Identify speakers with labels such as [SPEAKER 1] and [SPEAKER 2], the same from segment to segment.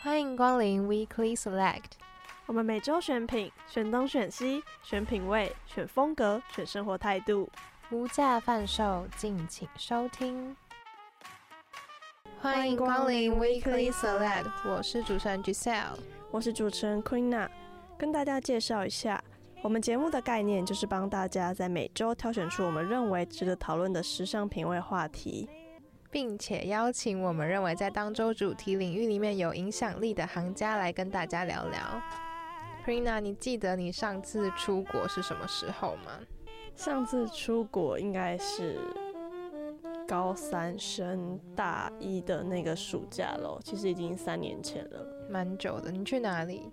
[SPEAKER 1] 欢迎光临 Weekly Select，
[SPEAKER 2] 我们每周选品，选东选西，选品味，选风格，选生活态度。
[SPEAKER 1] 无价贩售，敬请收听。欢迎光临 Weekly Select，我是主持人 Giselle。
[SPEAKER 2] 我是主持人 Queena，跟大家介绍一下，我们节目的概念就是帮大家在每周挑选出我们认为值得讨论的时尚品味话题。
[SPEAKER 1] 并且邀请我们认为在当周主题领域里面有影响力的行家来跟大家聊聊。Prina，你记得你上次出国是什么时候吗？
[SPEAKER 2] 上次出国应该是高三升大一的那个暑假咯，其实已经三年前了。
[SPEAKER 1] 蛮久的，你去哪里？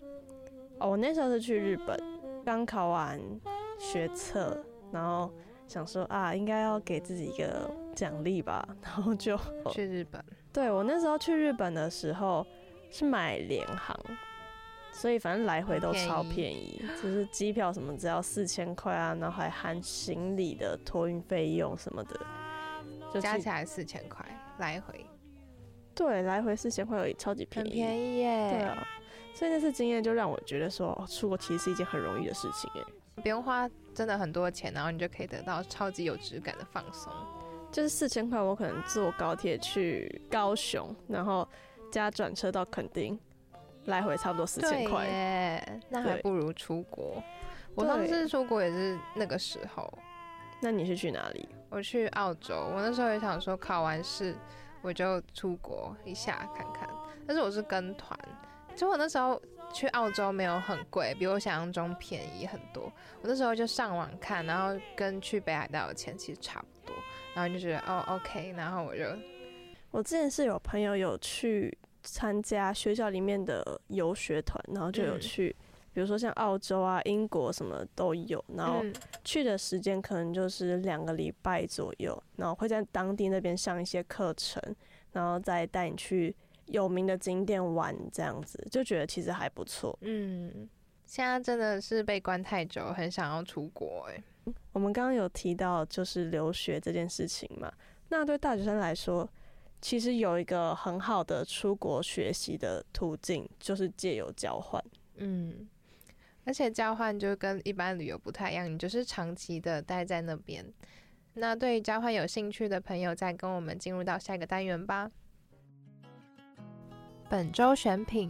[SPEAKER 2] 哦，我那时候是去日本，刚考完学测，然后想说啊，应该要给自己一个奖励吧，然后就
[SPEAKER 1] 去日本。
[SPEAKER 2] 对我那时候去日本的时候是买联航，所以反正来回都超便宜，就是机票什么只要四千块啊，然后还含行李的托运费用什么的，就
[SPEAKER 1] 加
[SPEAKER 2] 去
[SPEAKER 1] 起来四千块来回，
[SPEAKER 2] 对来回四千块而已，超级便
[SPEAKER 1] 很
[SPEAKER 2] 宜，
[SPEAKER 1] 便宜
[SPEAKER 2] 对
[SPEAKER 1] 耶，
[SPEAKER 2] 啊，所以那次经验就让我觉得说，哦，出国其实是一件很容易的事情哎。
[SPEAKER 1] 不用花真的很多钱，然后你就可以得到超级有质感的放松。
[SPEAKER 2] 就是四千块，我可能坐高铁去高雄，然后加转车到垦丁，来回差不多四千
[SPEAKER 1] 对
[SPEAKER 2] 块。
[SPEAKER 1] 耶，那还
[SPEAKER 2] 对
[SPEAKER 1] 不如出国。我
[SPEAKER 2] 对
[SPEAKER 1] 上次出国也是那个时候，
[SPEAKER 2] 那你是去哪里？
[SPEAKER 1] 我去澳洲，我那时候也想说考完试我就出国一下看看，但是我是跟团，结果那时候去澳洲没有很贵，比我想象中便宜很多。我那时候就上网看，然后跟去北海道的钱其实差不多，然后就觉得哦 OK，然后我就
[SPEAKER 2] 我之前是有朋友有去参加学校里面的游学团，然后就有
[SPEAKER 1] 嗯
[SPEAKER 2] 去，比如说像澳洲啊、英国什么都有，然后
[SPEAKER 1] 嗯
[SPEAKER 2] 去的时间可能就是两个礼拜左右，然后会在当地那边上一些课程，然后再带你去有名的景点玩，这样子就觉得其实还不错。
[SPEAKER 1] 嗯，现在真的是被关太久，很想要出国哎、
[SPEAKER 2] 我们刚刚有提到就是留学这件事情嘛，那对大学生来说，其实有一个很好的出国学习的途径，就是借由交换。
[SPEAKER 1] 嗯，而且交换就跟一般旅游不太一样，你就是长期的待在那边。那对于交换有兴趣的朋友，再跟我们进入到下一个单元吧。本周选品，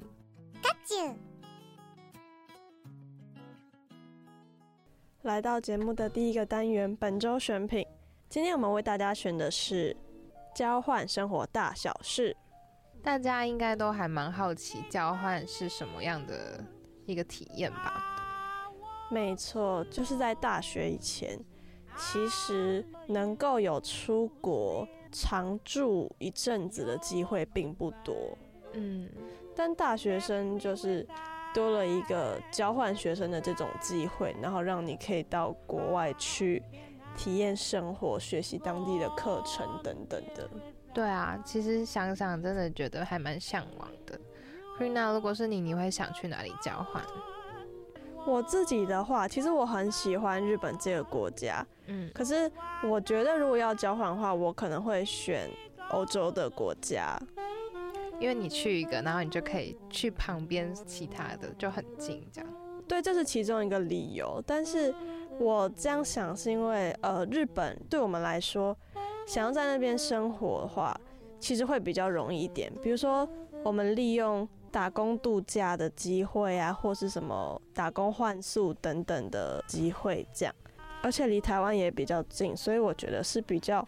[SPEAKER 2] 来到节目的第一个单元，本周选品，今天我们为大家选的是交换生活大小事。
[SPEAKER 1] 大家应该都还蛮好奇交换是什么样的一个体验吧？
[SPEAKER 2] 没错，就是在大学以前，其实能够有出国常住一阵子的机会并不多。
[SPEAKER 1] 嗯，
[SPEAKER 2] 但大学生就是多了一个交换学生的这种机会，然后让你可以到国外去体验生活、学习当地的课程等等的。
[SPEAKER 1] 对啊，其实想想真的觉得还蛮向往的。Rina，如果是你，你会想去哪里交换？
[SPEAKER 2] 我自己的话，其实我很喜欢日本这个国家，
[SPEAKER 1] 嗯
[SPEAKER 2] 可是我觉得如果要交换的话，我可能会选欧洲的国家。
[SPEAKER 1] 因为你去一个，然后你就可以去旁边其他的，就很近这样。
[SPEAKER 2] 对，这是其中一个理由。但是我这样想是因为，呃，日本对我们来说，想要在那边生活的话，其实会比较容易一点。比如说，我们利用打工度假的机会啊，或是什么打工换宿等等的机会，这样。而且离台湾也比较近，所以我觉得是比较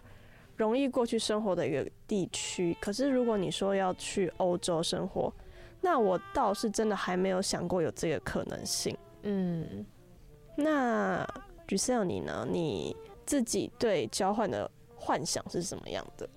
[SPEAKER 2] 容易过去生活的一个地区。可是如果你说要去欧洲生活，那我倒是真的还没有想过有这个可能性。
[SPEAKER 1] 嗯，
[SPEAKER 2] 那 Giselle 你呢？你自己对交换的幻想是什么样的？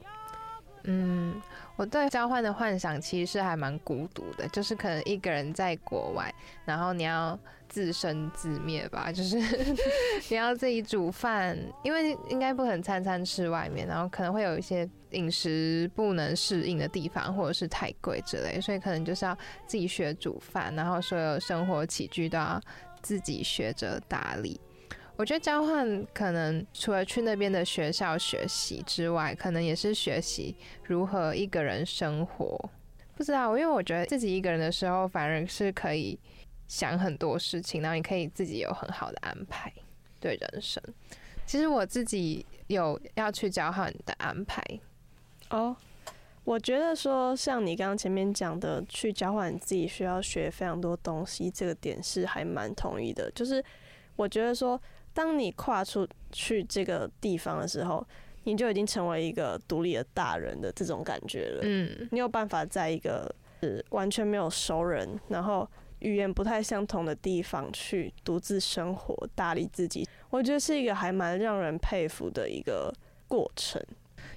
[SPEAKER 1] 嗯，我对交换的幻想其实是还蛮孤独的，就是可能一个人在国外，然后你要自生自灭吧，就是 你要自己煮饭，因为应该不可能餐餐吃外面，然后可能会有一些饮食不能适应的地方，或者是太贵之类，所以可能就是要自己学煮饭，然后所有生活起居都要自己学着打理。我觉得交换可能除了去那边的学校学习之外，可能也是学习如何一个人生活。不知道，因为我觉得自己一个人的时候，反而是可以想很多事情，然后你可以自己有很好的安排对人生。其实我自己有要去交换的安排，
[SPEAKER 2] 哦，我觉得说像你刚刚前面讲的，去交换你自己需要学非常多东西，这个点是还蛮同意的。就是我觉得说，当你跨出去这个地方的时候，你就已经成为一个独立的大人的这种感觉了。
[SPEAKER 1] 嗯，
[SPEAKER 2] 你有办法在一个是完全没有熟人，然后语言不太相同的地方去独自生活、打理自己，我觉得是一个还蛮让人佩服的一个过程。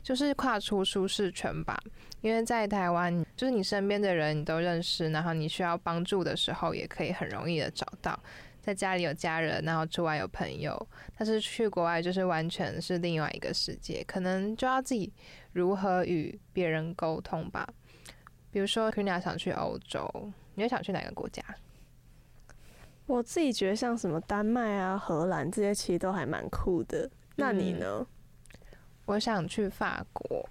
[SPEAKER 1] 就是跨出舒适圈吧。因为在台湾，就是你身边的人你都认识，然后你需要帮助的时候，也可以很容易的找到。在家里有家人，然后出外有朋友，但是去国外就是完全是另外一个世界，可能就要自己如何与别人沟通吧。比如说 k u n a 想去欧洲，你会想去哪个国家？
[SPEAKER 2] 我自己觉得像什么丹麦啊、荷兰这些，其实都还蛮酷的。那
[SPEAKER 1] 嗯
[SPEAKER 2] 你呢？
[SPEAKER 1] 我想去法国。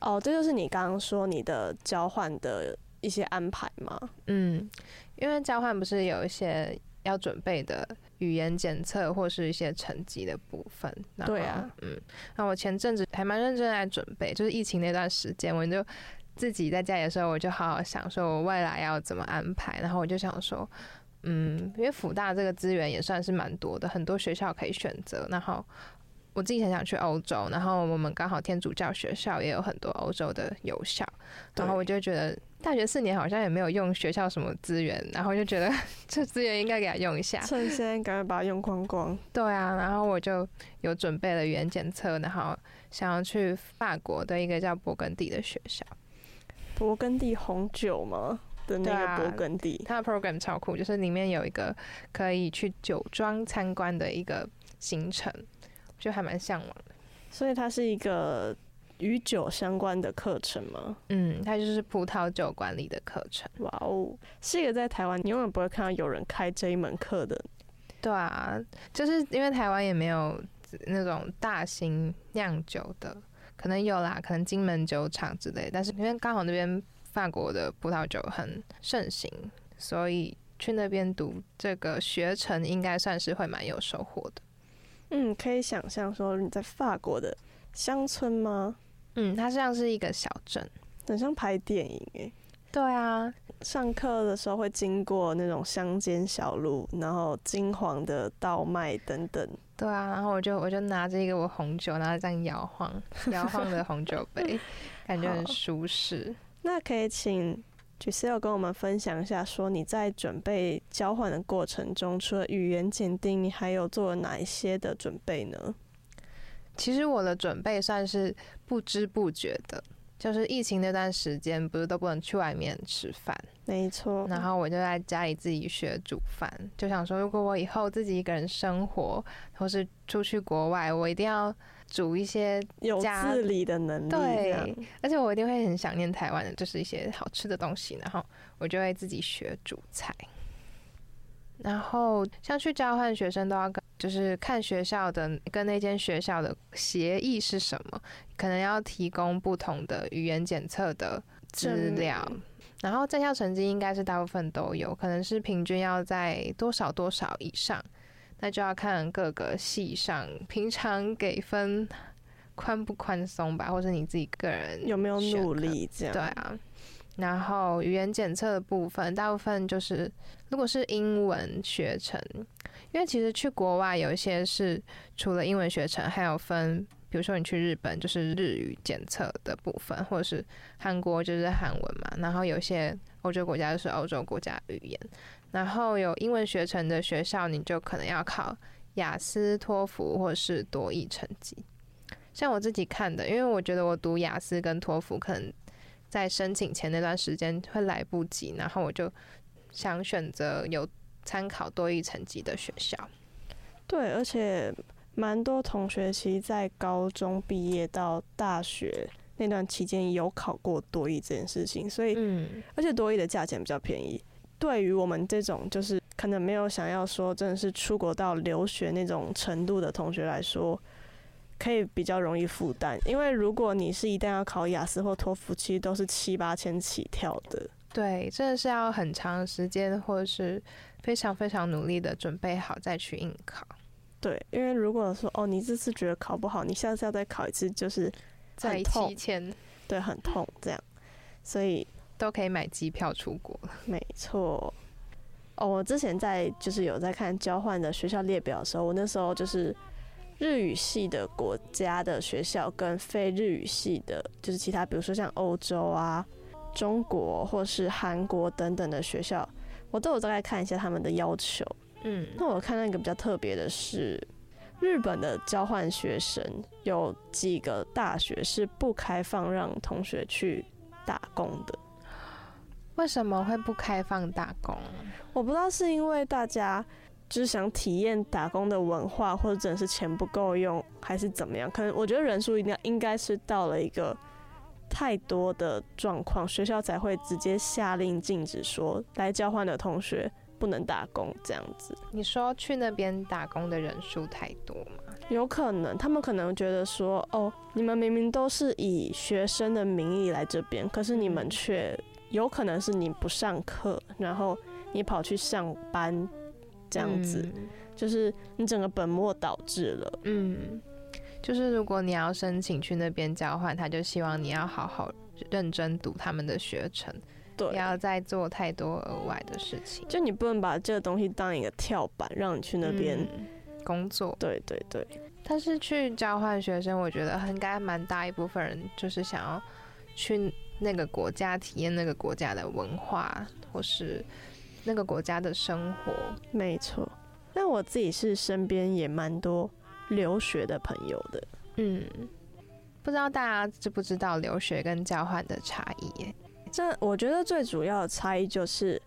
[SPEAKER 2] 哦，这就是你刚刚说你的交换的一些安排吗？
[SPEAKER 1] 嗯，因为交换不是有一些要准备的语言检测或是一些成绩的部分。然后
[SPEAKER 2] 对啊，
[SPEAKER 1] 嗯，那我前阵子还蛮认真地在准备，就是疫情那段时间，我就自己在家里的时候，我就好好想说我未来要怎么安排，然后我就想说。嗯，因为辅大这个资源也算是蛮多的，很多学校可以选择。然后我自己很想去欧洲，然后我们刚好天主教学校也有很多欧洲的友校，然后
[SPEAKER 2] 对
[SPEAKER 1] 我就觉得大学四年好像也没有用学校什么资源，然后就觉得 这资源应该给它用一下。
[SPEAKER 2] 趁现在赶快把它用光光。
[SPEAKER 1] 对啊，然后我就有准备了语言检测，然后想要去法国的一个叫勃艮第的学校，
[SPEAKER 2] 勃艮第红酒吗？的那
[SPEAKER 1] 对
[SPEAKER 2] 个
[SPEAKER 1] 啊
[SPEAKER 2] 勃艮第，
[SPEAKER 1] 它的 program 超酷，就是里面有一个可以去酒庄参观的一个行程，就还蛮向往的。
[SPEAKER 2] 所以它是一个与酒相关的课程吗？
[SPEAKER 1] 嗯，它就是葡萄酒管理的课程。
[SPEAKER 2] 哇哦，是一个在台湾你永远不会看到有人开这一门课的。
[SPEAKER 1] 对啊，就是因为台湾也没有那种大型酿酒的，可能有啦，可能金门酒厂之类，但是因为刚好那边法国的葡萄酒很盛行，所以去那边读这个学程应该算是会蛮有收获的。
[SPEAKER 2] 嗯，可以想象说你在法国的乡村吗？
[SPEAKER 1] 嗯，它像是一个小镇。
[SPEAKER 2] 很像拍电影诶、
[SPEAKER 1] 对啊，
[SPEAKER 2] 上课的时候会经过那种乡间小路，然后金黄的稻麦等等。
[SPEAKER 1] 对啊，然后我就我就拿着一个我红酒，然后这样摇晃摇晃的红酒杯，感觉很
[SPEAKER 2] 好
[SPEAKER 1] 舒适。
[SPEAKER 2] 那可以请 Giselle 跟我们分享一下，说你在准备交换的过程中，除了语言鉴定，你还有做了哪一些的准备呢？
[SPEAKER 1] 其实我的准备算是不知不觉的，就是疫情那段时间，不是都不能去外面吃饭，
[SPEAKER 2] 没错，
[SPEAKER 1] 然后我就在家里自己学煮饭，就想说，如果我以后自己一个人生活，或是出去国外，我一定要煮一些，
[SPEAKER 2] 有
[SPEAKER 1] 家
[SPEAKER 2] 自理的能力，
[SPEAKER 1] 对
[SPEAKER 2] 这样
[SPEAKER 1] 而且我一定会很想念台湾的，就是一些好吃的东西，然后我就会自己学煮菜。然后像去交换学生都要跟，就是看学校的跟那间学校的协议是什么，可能要提供不同的语言检测的资料
[SPEAKER 2] 证明。
[SPEAKER 1] 然后在校成绩应该是大部分都有，可能是平均要在多少多少以上，那就要看各个系上平常给分宽不宽松吧，或是你自己个人
[SPEAKER 2] 有没有
[SPEAKER 1] 选
[SPEAKER 2] 努
[SPEAKER 1] 课
[SPEAKER 2] 力这样？
[SPEAKER 1] 对啊，然后语言检测的部分，大部分就是如果是英文学程，因为其实去国外有一些是除了英文学程，还有分，比如说你去日本就是日语检测的部分，或者是韩国就是韩文嘛，然后有些欧洲国家就是欧洲国家语言，然后有英文学程的学校，你就可能要考雅思、托福或是多益成绩。像我自己看的，因为我觉得我读雅思跟托福可能在申请前那段时间会来不及，然后我就想选择有参考多益成绩的学校。
[SPEAKER 2] 对，而且蛮多同学其实，在高中毕业到大学那段期间有考过多艺这件事情，所以
[SPEAKER 1] 嗯，
[SPEAKER 2] 而且多艺的价钱比较便宜。对于我们这种就是可能没有想要说真的是出国到留学那种程度的同学来说，可以比较容易负担，因为如果你是一旦要考雅思或托福，其实都是七八千起跳的。
[SPEAKER 1] 对，真的是要很长时间，或者是非常非常努力的准备好再去应考，
[SPEAKER 2] 对，因为如果说哦，你这次觉得考不好，你下次要再考一次，就是
[SPEAKER 1] 在
[SPEAKER 2] 很痛
[SPEAKER 1] 七千
[SPEAKER 2] 对很痛这样。所以
[SPEAKER 1] 都可以买机票出国了。
[SPEAKER 2] 没错。哦，我之前在就是有在看交换的学校列表的时候，我那时候就是日语系的国家的学校跟非日语系的，就是其他比如说像欧洲啊、中国或是韩国等等的学校，我都有大概看一下他们的要求。
[SPEAKER 1] 嗯，
[SPEAKER 2] 那我看到一个比较特别的是，日本的交换学生有几个大学是不开放让同学去打工的。
[SPEAKER 1] 为什么会不开放打工？
[SPEAKER 2] 我不知道是因为大家就是想体验打工的文化，或者真的是钱不够用，还是怎么样？可能我觉得人数一定要应该是到了一个太多的状况，学校才会直接下令禁止说来交换的同学不能打工这样子。
[SPEAKER 1] 你说去那边打工的人数太多吗？
[SPEAKER 2] 有可能，他们可能觉得说，哦，你们明明都是以学生的名义来这边，可是你们却有可能是你不上课，然后你跑去上班，这样子，就是你整个本末倒置了。
[SPEAKER 1] 嗯，嗯，就是如果你要申请去那边交换，他就希望你要好好认真读他们的学程，不
[SPEAKER 2] 对，
[SPEAKER 1] 要再做太多额外的事情。
[SPEAKER 2] 就你不能把这个东西当一个跳板，让你去那边。
[SPEAKER 1] 嗯工作，
[SPEAKER 2] 对对对，
[SPEAKER 1] 但是去交换学生，我觉得应该蛮大一部分人就是想要去那个国家体验那个国家的文化，或是那个国家的生活。
[SPEAKER 2] 没错。但我自己是身边也蛮多留学的朋友的，
[SPEAKER 1] 嗯，不知道大家知不知道留学跟交换的差异耶？
[SPEAKER 2] 这我觉得最主要的差异就是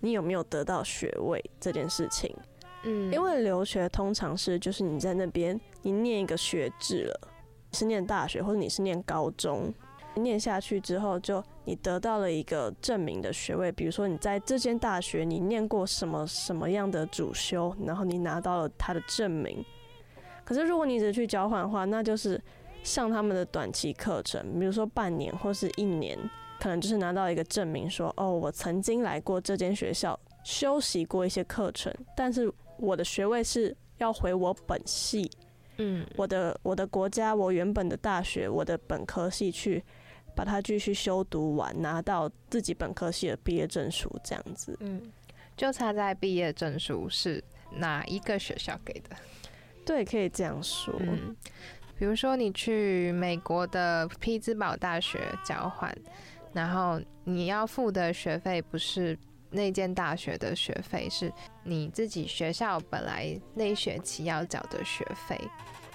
[SPEAKER 2] 你有没有得到学位这件事情，
[SPEAKER 1] 嗯
[SPEAKER 2] 因为留学通常是就是你在那边你念一个学制了，是念大学或者你是念高中，念下去之后就你得到了一个证明的学位，比如说你在这间大学你念过什么什么样的主修，然后你拿到了他的证明。可是如果你只去交换的话，那就是上他们的短期课程，比如说半年或是一年，可能就是拿到一个证明说，哦，我曾经来过这间学校修习过一些课程，但是我的学位是要回我本系，
[SPEAKER 1] 嗯，
[SPEAKER 2] 我的我的国家，我原本的大学，我的本科系去把它继续修读完，拿到自己本科系的毕业证书，这样子。
[SPEAKER 1] 嗯，就差在毕业证书是哪一个学校给的。
[SPEAKER 2] 对，可以这样说。
[SPEAKER 1] 嗯，比如说你去美国的匹兹堡大学交换，然后你要付的学费不是那间大学的学费，是你自己学校本来那一学期要缴的学费。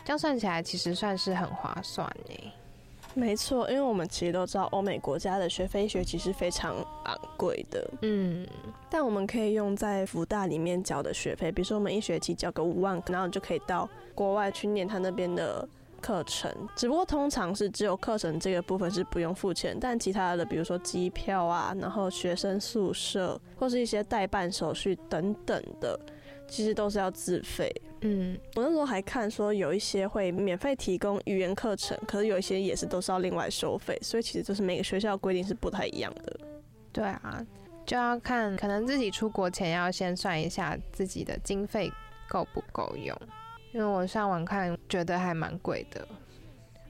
[SPEAKER 1] 这样算起来，其实算是很划算诶。
[SPEAKER 2] 没错，因为我们其实都知道，欧美国家的学费一学期是非常昂贵的，
[SPEAKER 1] 嗯，
[SPEAKER 2] 但我们可以用在福大里面缴的学费，比如说我们一学期缴个五万，然后你就可以到国外去念他那边的课程。只不过通常是只有课程这个部分是不用付钱，但其他的比如说机票啊，然后学生宿舍或是一些代办手续等等的，其实都是要自费。
[SPEAKER 1] 嗯，
[SPEAKER 2] 我那时候还看说有一些会免费提供语言课程，可是有一些也是都是要另外收费，所以其实就是每个学校规定是不太一样的。
[SPEAKER 1] 对啊，就要看可能自己出国前要先算一下自己的经费够不够用，因为我上网看觉得还蛮贵的。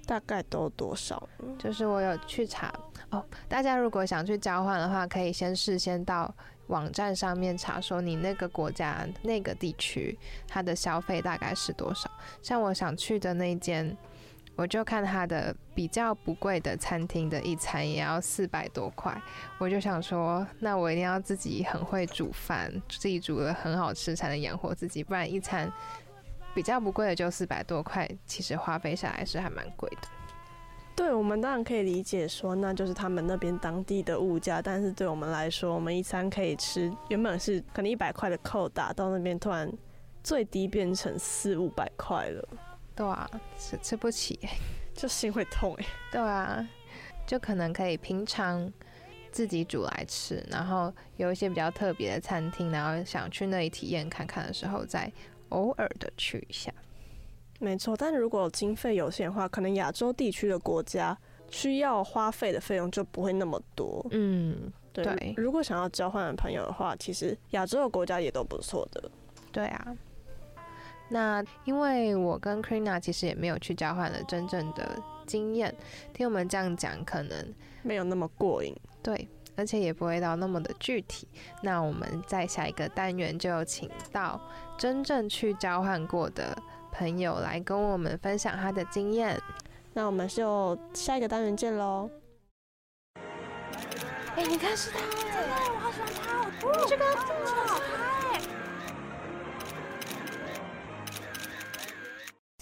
[SPEAKER 2] 大概都多少？
[SPEAKER 1] 就是我有去查哦，大家如果想去交换的话，可以先事先到网站上面查，说你那个国家、那个地区它的消费大概是多少。像我想去的那间，我就看它的比较不贵的餐厅的一餐也要四百多块，我就想说，那我一定要自己很会煮饭，自己煮的很好吃才能养活自己，不然一餐比较不贵的就四百多块，其实花费下来是还蛮贵的。
[SPEAKER 2] 对我们当然可以理解说，那就是他们那边当地的物价，但是对我们来说，我们一餐可以吃原本是可能一百块的扣打，到那边突然最低变成四五百块了，
[SPEAKER 1] 对啊，吃吃不起耶。
[SPEAKER 2] 就心会痛哎、
[SPEAKER 1] 对啊，就可能可以平常自己煮来吃，然后有一些比较特别的餐厅，然后想去那里体验看看的时候，再偶尔的去一下。
[SPEAKER 2] 没错，但如果经费有限的话，可能亚洲地区的国家需要花费的费用就不会那么多。
[SPEAKER 1] 嗯，
[SPEAKER 2] 对，
[SPEAKER 1] 对
[SPEAKER 2] 如果想要交换的朋友的话，其实亚洲的国家也都不错的。
[SPEAKER 1] 对啊。那因为我跟 Krina 其实也没有去交换了真正的经验，听我们这样讲，可能
[SPEAKER 2] 没有那么过瘾。
[SPEAKER 1] 对，而且也不会到那么的具体。那我们在下一个单元就请到真正去交换过的朋友来跟我们分享他的经验。
[SPEAKER 2] 那我们就下一个单元见喽。
[SPEAKER 3] 哎、你看是他，真的，我好喜欢他哦，哦这个真的好可爱。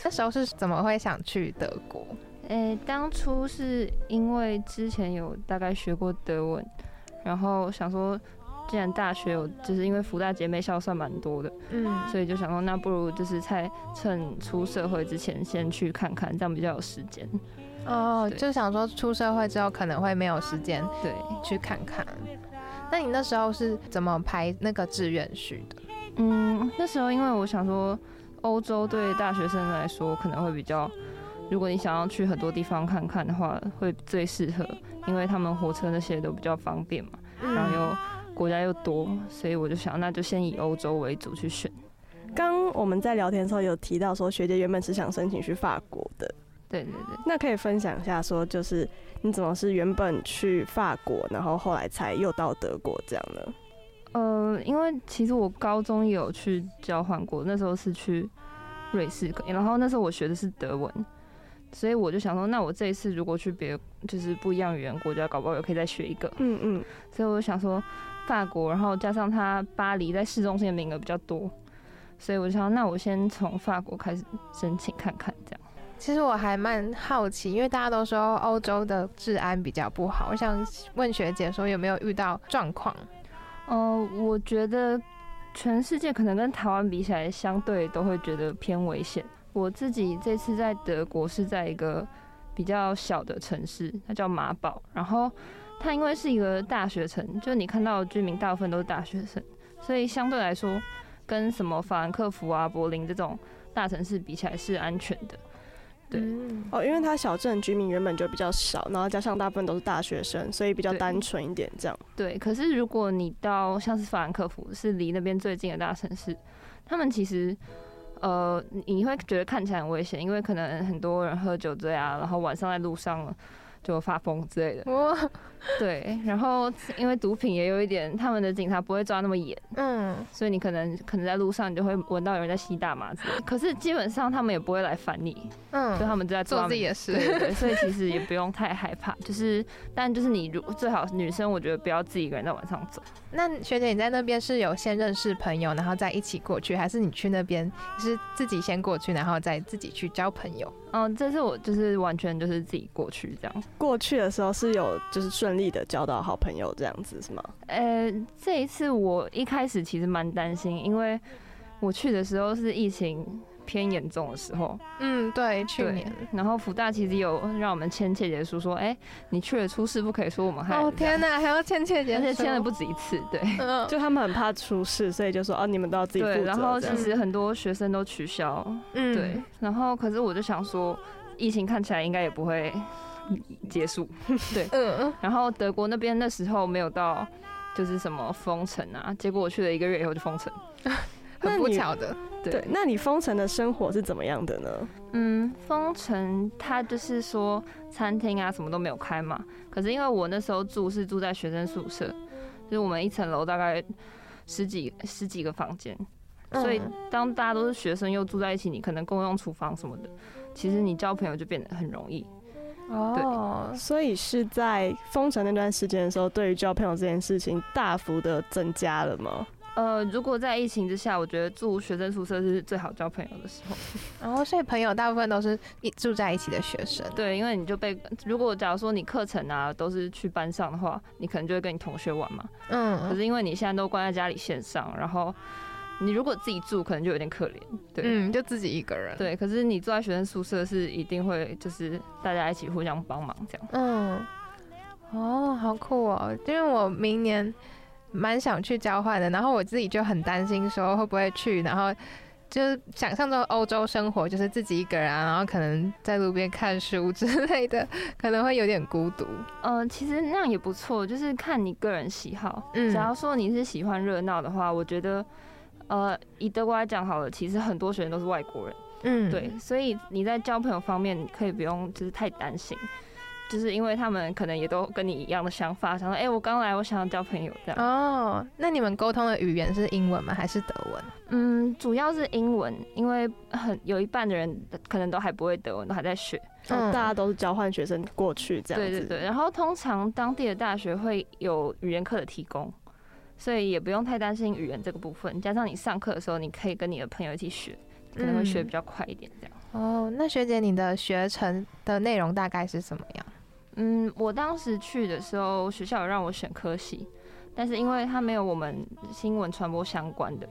[SPEAKER 1] 那时候是怎么会想去德国？
[SPEAKER 4] 诶、当初是因为之前有大概学过德文，然后想说，既然大学有，就是因为福大姐妹校算蛮多的，
[SPEAKER 3] 啊
[SPEAKER 1] 嗯，
[SPEAKER 4] 所以就想说，那不如就是在趁出社会之前先去看看，这样比较有时间。
[SPEAKER 1] 哦，
[SPEAKER 4] 对
[SPEAKER 1] 就想说出社会之后可能会没有时间
[SPEAKER 4] 对，
[SPEAKER 1] 去看看。那你那时候是怎么排那个志愿序的？
[SPEAKER 4] 嗯，那时候因为我想说，欧洲对大学生来说可能会比较，如果你想要去很多地方看看的话，会最适合，因为他们火车那些都比较方便嘛。然后
[SPEAKER 1] 嗯
[SPEAKER 4] 又国家又多，所以我就想，那就先以欧洲为主去选。
[SPEAKER 2] 刚我们在聊天的时候有提到说，学姐原本是想申请去法国的，
[SPEAKER 4] 对对对，
[SPEAKER 2] 那可以分享一下说，就是你怎么是原本去法国，然后后来才又到德国这样呢？
[SPEAKER 4] 呃，因为其实我高中也有去交换过，那时候是去瑞士，然后那时候我学的是德文，所以我就想说，那我这一次如果去别就是不一样语言国家，搞不好也可以再学一个。
[SPEAKER 2] 嗯嗯，
[SPEAKER 4] 所以我就想说法国，然后加上它巴黎在市中心的名额比较多，所以我就想，那我先从法国开始申请看看，这样。
[SPEAKER 1] 其实我还蛮好奇，因为大家都说欧洲的治安比较不好，我想问学姐说有没有遇到状况？
[SPEAKER 4] 呃，我觉得全世界可能跟台湾比起来，相对都会觉得偏危险。我自己这次在德国是在一个比较小的城市，它叫马堡，然后它因为是一个大学城，就你看到的居民大部分都是大学生，所以相对来说跟什么法兰克福啊、柏林这种大城市比起来是安全的。对
[SPEAKER 1] 嗯
[SPEAKER 2] 哦，因为它小镇居民原本就比较少，然后加上大部分都是大学生，所以比较
[SPEAKER 4] 对
[SPEAKER 2] 单纯一点这样。
[SPEAKER 4] 对，可是如果你到像是法兰克福，是离那边最近的大城市，他们其实，呃，你你会觉得看起来很危险，因为可能很多人喝酒醉啊，然后晚上在路上就发疯之类的。
[SPEAKER 1] 我
[SPEAKER 4] 对，然后因为毒品也有一点，他们的警察不会抓那么严，
[SPEAKER 1] 嗯
[SPEAKER 4] 所以你可能可能在路上你就会闻到有人在吸大麻之类的。可是基本上他们也不会来烦你，就
[SPEAKER 1] 嗯，
[SPEAKER 4] 他们就在
[SPEAKER 1] 做
[SPEAKER 4] 抓
[SPEAKER 1] 自
[SPEAKER 4] 你
[SPEAKER 1] 己的
[SPEAKER 4] 对
[SPEAKER 1] 事，
[SPEAKER 4] 对对，所以其实也不用太害怕，就是，但就是你如最好女生，我觉得不要自己一个人在晚上走。
[SPEAKER 1] 那学姐你在那边是有先认识朋友，然后再一起过去，还是你去那边是自己先过去，然后再自己去交朋友？
[SPEAKER 4] 嗯，这次我就是完全就是自己过去这样。
[SPEAKER 2] 过去的时候是有就是顺利的交到好朋友这样子是吗？
[SPEAKER 4] 呃，这一次我一开始其实蛮担心，因为我去的时候是疫情偏严重的时候，
[SPEAKER 1] 嗯，对，去
[SPEAKER 4] 对
[SPEAKER 1] 年。
[SPEAKER 4] 然后福大其实有让我们签切结书说，哎、你去了出事不可以说我们害
[SPEAKER 1] 哦
[SPEAKER 4] 人这样
[SPEAKER 1] 天哪，还要倩倩姐，
[SPEAKER 4] 而且签了不止一次，对
[SPEAKER 1] 嗯，
[SPEAKER 2] 就他们很怕出事，所以就说哦，你们都要自己负责
[SPEAKER 4] 对。
[SPEAKER 2] 这
[SPEAKER 4] 然
[SPEAKER 2] 样。
[SPEAKER 4] 后其实很多学生都取消，
[SPEAKER 1] 嗯
[SPEAKER 4] 对，然后可是我就想说，疫情看起来应该也不会结束，
[SPEAKER 1] 嗯
[SPEAKER 4] 然后德国那边那时候没有到，就是什么封城啊，结果我去了一个月以后就封城。
[SPEAKER 1] 很
[SPEAKER 2] 那
[SPEAKER 1] 不
[SPEAKER 2] 你
[SPEAKER 1] 巧的，
[SPEAKER 4] 对，
[SPEAKER 2] 对，那你封城的生活是怎么样的呢？
[SPEAKER 4] 嗯，封城它就是说餐厅啊什么都没有开嘛。可是因为我那时候住是住在学生宿舍，就是我们一层楼大概十几十几个房间，所以当大家都是学生又住在一起，你可能共用厨房什么的，其实你交朋友就变得很容易。
[SPEAKER 1] 哦，
[SPEAKER 2] 所以是在封城那段时间的时候，对于交朋友这件事情大幅的增加了吗？
[SPEAKER 4] 呃，如果在疫情之下，我觉得住学生宿舍是最好交朋友的时候。
[SPEAKER 1] 然后所以朋友大部分都是一住在一起的学生，
[SPEAKER 4] 对，因为你就被如果假如说你课程啊都是去班上的话，你可能就会跟你同学玩嘛。可
[SPEAKER 1] 嗯
[SPEAKER 4] 是因为你现在都关在家里线上，然后你如果自己住，可能就有点可怜。对、
[SPEAKER 1] 嗯，就自己一个人，，
[SPEAKER 4] 对，可是你住在学生宿舍是一定会就是大家一起互相帮忙这样。
[SPEAKER 1] 嗯，哦，好酷哦，因为我明年蛮想去交换的，然后我自己就很担心说会不会去，然后。就是想象中欧洲生活就是自己一个人啊，然后可能在路边看书之类的， 可能会有点孤独。
[SPEAKER 4] 呃，其实那样也不错，就是看你个人喜好。
[SPEAKER 1] 嗯
[SPEAKER 4] 只要说你是喜欢热闹的话，我觉得，呃，以德国来讲好了，其实很多学生都是外国人，
[SPEAKER 1] 嗯
[SPEAKER 4] 对，所以你在交朋友方面，你可以不用就是太担心，就是因为他们可能也都跟你一样的想法，想说，哎、我刚来，我想要交朋友这样。
[SPEAKER 1] 哦，那你们沟通的语言是英文吗？还是德文？
[SPEAKER 4] 嗯，主要是英文，因为很有一半的人可能都还不会德文，都还在学。
[SPEAKER 2] 大
[SPEAKER 1] 嗯
[SPEAKER 2] 家都是交换学生过去这样
[SPEAKER 4] 对
[SPEAKER 2] 子。
[SPEAKER 4] 嗯对对，然后通常当地的大学会有语言课的提供，所以也不用太担心语言这个部分。加上你上课的时候，你可以跟你的朋友一起学，可能会学比较快一点这样。
[SPEAKER 1] 哦，那学姐，你的学程的内容大概是什么样？
[SPEAKER 4] 嗯，我当时去的时候，学校有让我选科系，但是因为它没有我们新闻传播相关的，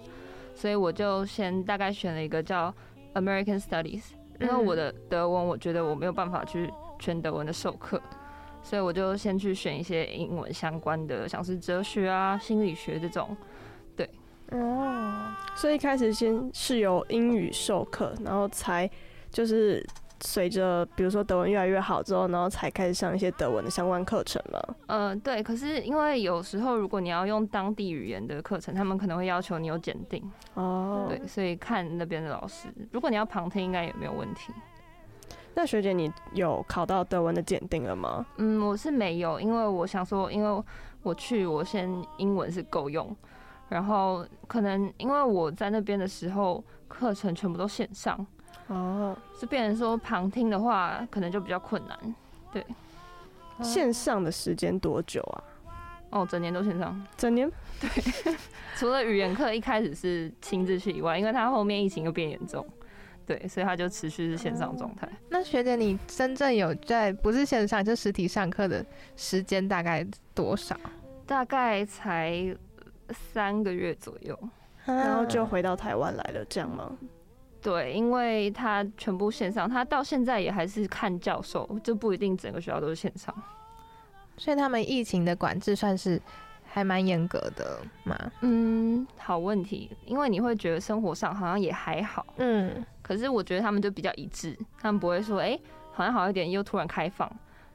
[SPEAKER 4] 所以我就先大概选了一个叫 American Studies，因为我的德文我觉得我没有办法去全德文的授课，所以我就先去选一些英文相关的，像是哲学啊、心理学这种。
[SPEAKER 1] 哦，
[SPEAKER 2] 所以一开始先是由英语授课，然后才就是随着比如说德文越来越好之后，然后才开始上一些德文的相关课程嘛。
[SPEAKER 4] 呃，对，可是因为有时候如果你要用当地语言的课程，他们可能会要求你有检定，
[SPEAKER 2] 哦
[SPEAKER 4] 对，所以看那边的老师。如果你要旁听，应该也没有问题。
[SPEAKER 2] 那学姐你有考到德文的检定了吗？
[SPEAKER 4] 嗯，我是没有，因为我想说，因为我去，我先英文是够用，然后可能因为我在那边的时候，课程全部都线上，
[SPEAKER 2] 哦，
[SPEAKER 4] 是变成说旁听的话，可能就比较困难。
[SPEAKER 2] 线上的时间多久啊？
[SPEAKER 4] 哦，整年都线上，
[SPEAKER 2] 整年
[SPEAKER 4] 除了语言课一开始是亲自去以外，因为他后面疫情又变严重，对，所以他就持续是线上状态。
[SPEAKER 1] 那学姐，你真正有在不是线上就实体上课的时间大概多少？
[SPEAKER 4] 大概才三个月左右，嗯
[SPEAKER 2] 然后就回到台湾来了，这样吗？
[SPEAKER 4] 对，因为他全部线上，他到现在也还是看教授，就不一定整个学校都是线上。
[SPEAKER 1] 所以他们疫情的管制算是还蛮严格的嘛。
[SPEAKER 4] 嗯，好问题，因为你会觉得生活上好像也还好，
[SPEAKER 1] 嗯，
[SPEAKER 4] 可是我觉得他们就比较一致，他们不会说，哎、好像好一点又突然开放，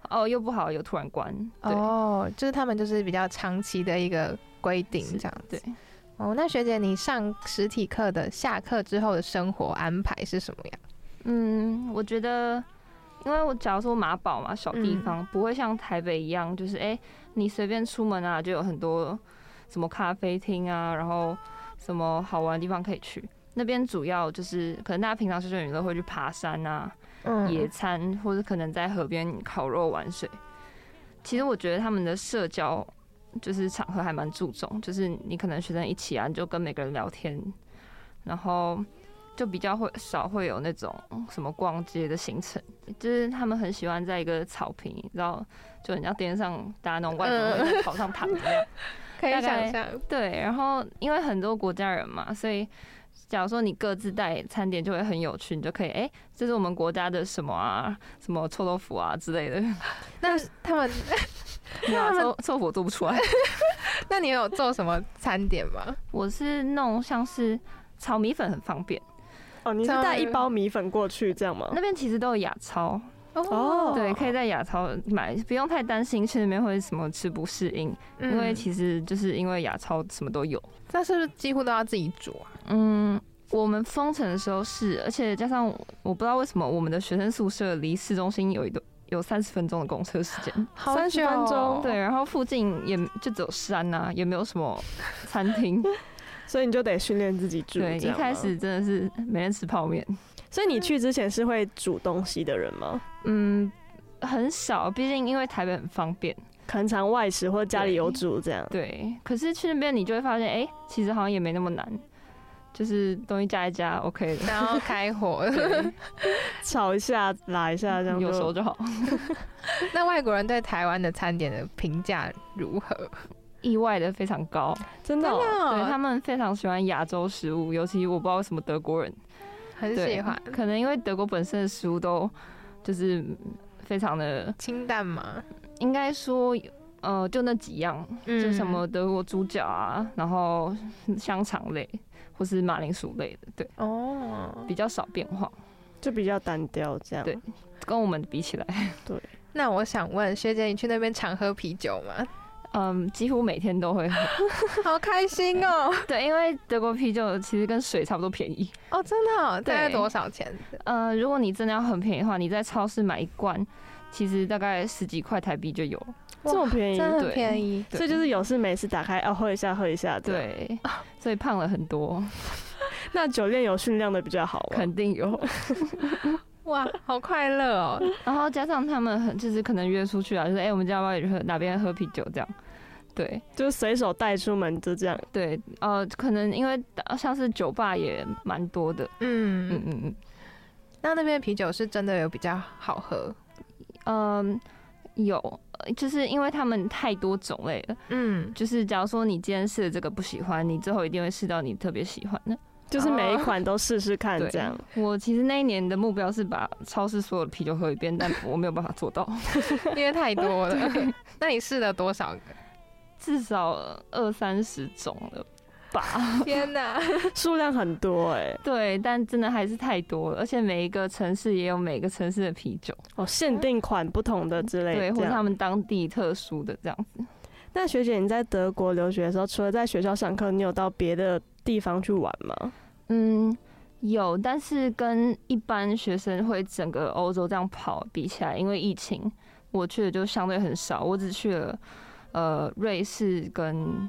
[SPEAKER 4] 哦，又不好又突然关，对、
[SPEAKER 1] 哦，就是他们就是比较长期的一个规定
[SPEAKER 4] 是
[SPEAKER 1] 这样子
[SPEAKER 4] 对。。
[SPEAKER 1] 哦，那学姐，你上实体课的下课之后的生活安排是什么样？
[SPEAKER 4] 嗯，我觉得，因为我假如说马宝嘛，小地
[SPEAKER 1] 嗯
[SPEAKER 4] 方、不会像台北一样，就是哎、你随便出门啊，就有很多什么咖啡厅啊，然后什么好玩的地方可以去。那边主要就是，可能大家平常休闲娱乐会去爬山啊，
[SPEAKER 1] 嗯
[SPEAKER 4] 野餐，或者可能在河边烤肉玩水。其实我觉得他们的社交就是场合还蛮注重，就是你可能学生一起啊，你就跟每个人聊天，然后就比较会少会有那种什么逛街的行程，就是他们很喜欢在一个草坪，你知道，就很像电视上大家那种外国人会在草上躺着那样。
[SPEAKER 1] 可以
[SPEAKER 4] 大
[SPEAKER 1] 想
[SPEAKER 4] 概
[SPEAKER 1] 象，
[SPEAKER 4] 对，然后因为很多国家人嘛，所以假如说你各自带餐点就会很有趣，你就可以哎、诶这是我们国家的什么啊，什么臭豆腐啊之类 的，
[SPEAKER 1] 那他们，
[SPEAKER 4] 没有啊
[SPEAKER 1] 他们
[SPEAKER 4] 臭臭豆腐我做不出来。
[SPEAKER 1] 那你有做什么餐点吗？
[SPEAKER 4] 我是弄像是炒米粉很方便，
[SPEAKER 2] 哦，你是带一包米粉过去这样吗？
[SPEAKER 4] 那边其实都有亚超，
[SPEAKER 2] 哦，
[SPEAKER 4] 对，可以在亚超买，不用太担心去那边会什么吃不适应，因为
[SPEAKER 1] 嗯
[SPEAKER 4] 其实就是因为亚超什么都有。
[SPEAKER 1] 那是不是几乎都要自己煮啊？
[SPEAKER 4] 嗯，我们封城的时候是，而且加上我不知道为什么我们的学生宿舍离市中心有一段有三十分钟的公车时 间，
[SPEAKER 1] 好
[SPEAKER 2] 30
[SPEAKER 1] 久
[SPEAKER 2] 分钟
[SPEAKER 1] 哦，
[SPEAKER 4] 对，然后附近也就只有山呐、也没有什么餐厅，
[SPEAKER 2] 所 以你就得训练自己煮。
[SPEAKER 4] 对，
[SPEAKER 2] 这
[SPEAKER 4] 一
[SPEAKER 2] 样吗
[SPEAKER 4] 开，始真的是每天吃泡面，
[SPEAKER 2] 所以你去之前是会煮东西的人吗？
[SPEAKER 4] 嗯，很少，毕竟因为台北很方便，
[SPEAKER 2] 可能常外食或家里有煮这样。
[SPEAKER 4] 对，可是去那边你就会发现，哎、其实好像也没那么难，就是东西加一加，OK 的。
[SPEAKER 1] 然后开火。
[SPEAKER 4] 对
[SPEAKER 2] 炒一下、拉一下这样就。
[SPEAKER 4] 嗯有熟就好。
[SPEAKER 1] 那外国人对台湾的餐点的评价如何？
[SPEAKER 4] 意外的非常高，
[SPEAKER 2] 真的哦、
[SPEAKER 4] 对他
[SPEAKER 1] 们
[SPEAKER 4] 们非常喜欢亚洲食物，尤其我不知道为什么德国人
[SPEAKER 1] 很
[SPEAKER 4] 对
[SPEAKER 1] 喜欢
[SPEAKER 4] 可能因为德国本身的食物都就是非常的，
[SPEAKER 1] 清淡嘛。
[SPEAKER 4] 应该说呃，就那几样，
[SPEAKER 1] 嗯
[SPEAKER 4] 就什么德国猪脚啊，然后香肠类或是马铃薯类的，对，
[SPEAKER 1] 哦。
[SPEAKER 4] 比较少变化，
[SPEAKER 2] 就比较单调这样。
[SPEAKER 4] 对跟我们比起来，
[SPEAKER 1] 那我想问学姐，你去那边常喝啤酒 吗？
[SPEAKER 4] 嗯，几乎每天都会喝。
[SPEAKER 1] 好开心哦！
[SPEAKER 4] 对，因为德国啤酒其实跟水差不多便宜。
[SPEAKER 1] 哦，真的、哦，大概
[SPEAKER 4] 对
[SPEAKER 1] 多少钱？
[SPEAKER 4] 呃，如果你真的要很便宜的话，你在超市买一罐，其实大概十几块台币就有了。
[SPEAKER 2] 这么便宜
[SPEAKER 1] 真，的很
[SPEAKER 4] 对
[SPEAKER 1] 便宜。
[SPEAKER 4] 对
[SPEAKER 2] 所以就是有事没事打开哦，喝一下喝一下。，
[SPEAKER 4] 对，啊 所以胖了很多，
[SPEAKER 2] 那酒店有训练的比较好吗？
[SPEAKER 4] 肯定 有。
[SPEAKER 1] 哇，好快乐哦！
[SPEAKER 4] 然后加上他们很就是可能约出去啊，就是哎、我们家要不要去喝哪边喝啤酒这样。对
[SPEAKER 2] 就随手带出门就这样。
[SPEAKER 4] 对，呃，可能因为呃像是酒吧也蛮多的，嗯
[SPEAKER 1] 嗯，
[SPEAKER 4] 嗯嗯，
[SPEAKER 1] 那那边啤酒是真的有比较好喝。
[SPEAKER 4] 嗯、有，呃就是因为他们太多种类了，
[SPEAKER 1] 嗯，
[SPEAKER 4] 就是假如说你今天试的这个不喜欢，你最后一定会试到你特别喜欢的。
[SPEAKER 2] 就是每一款都试试看
[SPEAKER 4] 对，
[SPEAKER 2] 这样。
[SPEAKER 4] 我其实那一年的目标是把超市所有的啤酒喝一遍，但我没有办法做 到，
[SPEAKER 1] 因为太多 了。那你试了多 少个？
[SPEAKER 4] 至少二三十种了吧。
[SPEAKER 1] 天哪！
[SPEAKER 2] 数量很多哎、
[SPEAKER 4] 对，但真的还是太多了，而且每一个城市也有每个城市的啤酒，
[SPEAKER 2] 哦，限定款不同的之类
[SPEAKER 4] 对，
[SPEAKER 2] 的。
[SPEAKER 4] 或
[SPEAKER 2] 这
[SPEAKER 4] 者他
[SPEAKER 2] 样。
[SPEAKER 4] 们当地特殊的这样子。
[SPEAKER 2] 那学姐，你在德国留学的时候，除了在学校上课，你有到别的地方去玩吗？
[SPEAKER 4] 嗯，有，但是跟一般学生会整个欧洲这样跑比起来，因为疫情，我去的就相对很少，我只去了呃瑞士跟，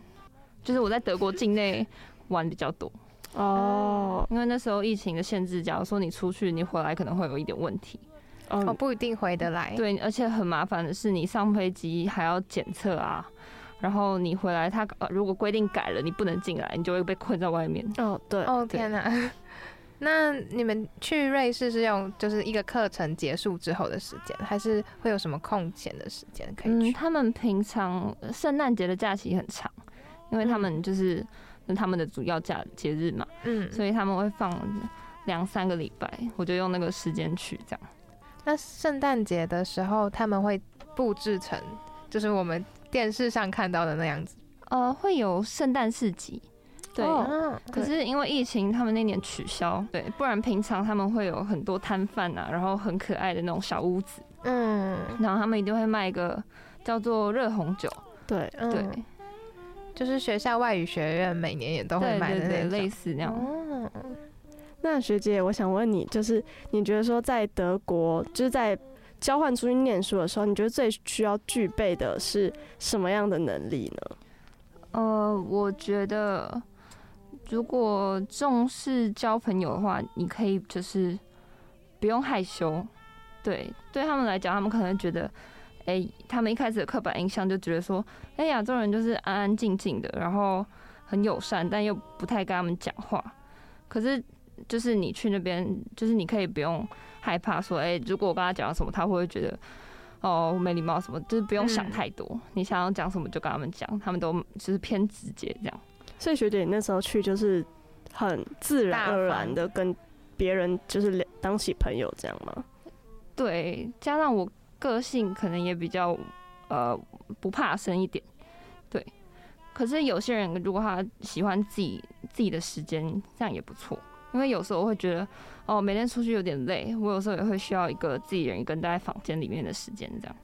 [SPEAKER 4] 就是我在德国境内玩比较多。
[SPEAKER 2] 哦
[SPEAKER 4] 因为那时候疫情的限制，假如说你出去，你回来可能会有一点问题。
[SPEAKER 1] 我
[SPEAKER 2] 哦，
[SPEAKER 1] 不一定回得来。
[SPEAKER 4] 对，而且很麻烦的是，你上飞机还要检测啊，然后你回来他，呃如果规定改了，你不能进来，你就会被困在外面。
[SPEAKER 2] 哦，对，
[SPEAKER 1] 哦
[SPEAKER 4] 对
[SPEAKER 1] 天哪！那你们去瑞士是用就是一个课程结束之后的时间，还是会有什么空闲的时间可以
[SPEAKER 4] 嗯，
[SPEAKER 1] 去？
[SPEAKER 4] 他们平常呃圣诞节的假期很长，因为他们就是、那他们的主要假节日嘛，
[SPEAKER 1] 嗯，
[SPEAKER 4] 所以他们会放两三个礼拜，我就用那个时间去这样。
[SPEAKER 1] 那圣诞节的时候他们会布置成就是我们电视上看到的那样子。
[SPEAKER 4] 呃，会有圣诞市集，对，
[SPEAKER 2] 哦
[SPEAKER 1] 嗯，
[SPEAKER 4] 可是因为疫情，他们那年取消，对，不然平常他们会有很多摊贩啊，然后很可爱的那种小屋子，
[SPEAKER 1] 嗯，
[SPEAKER 4] 然后他们一定会卖一个叫做热红酒，
[SPEAKER 2] 对，
[SPEAKER 1] 嗯
[SPEAKER 4] 对，，
[SPEAKER 1] 就是学校外语学院每年也都会
[SPEAKER 4] 对
[SPEAKER 1] 买
[SPEAKER 4] 对
[SPEAKER 1] 的
[SPEAKER 4] 对，
[SPEAKER 1] 那
[SPEAKER 4] 类
[SPEAKER 1] 种。
[SPEAKER 4] 似那样。
[SPEAKER 1] 哦，
[SPEAKER 2] 那学姐，我想问你，就是你觉得说在德国，就是在交换出去念书的时候，你觉得最需要具备的是什么样的能力呢？
[SPEAKER 4] 呃，我觉得如果重视交朋友的话，你可以就是不用害羞，对，对他们来讲，他们可能觉得。哎、他们一开始的刻板印象就觉得说，哎、亚洲人就是安安静静的，然后很友善，但又不太跟他们讲话。可是，就是你去那边，就是你可以不用害怕说，哎、如果我跟他讲什么，他会不会觉得，哦，我没礼貌什么，就是不用想
[SPEAKER 1] 嗯
[SPEAKER 4] 太多，你想要讲什么就跟他们讲，他们都就是偏直接这样。
[SPEAKER 2] 所以学姐，你那时候去就是很自然
[SPEAKER 1] 大方
[SPEAKER 2] 而然的跟别人就是聊当起朋友这样吗？
[SPEAKER 4] 对，加上我个性可能也比较呃不怕生一点，对。可是有些人如果他喜欢自己自己的时间，这样也不错。因为有时候我会觉得，哦，每天出去有点累，我有时候也会需要一个自己人跟待在房间里面的时间，这样。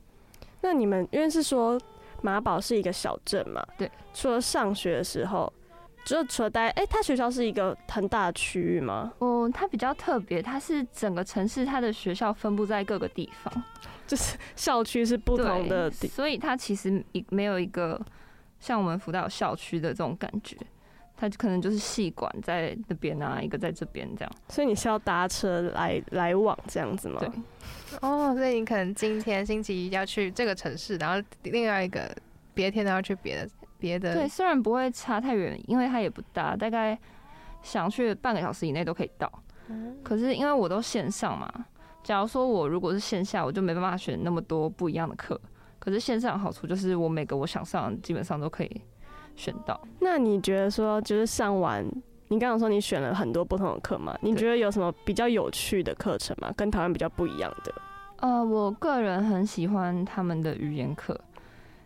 [SPEAKER 2] 那你们因为是说马堡是一个小镇嘛？
[SPEAKER 4] 对。
[SPEAKER 2] 除了上学的时候，就除了待，哎、他学校是一个很大的区域吗？
[SPEAKER 4] 哦，它比较特别，它是整个城市它的学校分布在各个地方，
[SPEAKER 2] 就是校区是不同的
[SPEAKER 4] 对
[SPEAKER 2] 地，
[SPEAKER 4] 所以它其实一没有一个像我们辅导校区的这种感觉，它可能就是系馆在那边啊，一个在这边这样。
[SPEAKER 2] 所以你是要搭车来来往这样子吗？
[SPEAKER 4] 对
[SPEAKER 1] 哦，所以你可能今天星期一要去这个城市，然后另外一个别天都要去别的别的。
[SPEAKER 4] 对，虽然不会差太远，因为它也不大，大概想去半个小时以内都可以到。
[SPEAKER 2] 嗯
[SPEAKER 4] 可是因为我都线上嘛，假如说我如果是线下，我就没办法选那么多不一样的课。可是线上的好处就是，我每个我想上的基本上都可以选到。
[SPEAKER 2] 那你觉得说，就是上完，你刚刚说你选了很多不同的课嘛？你觉得有什么比较有趣的课程吗？跟台湾比较不一样的？
[SPEAKER 4] 呃，我个人很喜欢他们的语言课，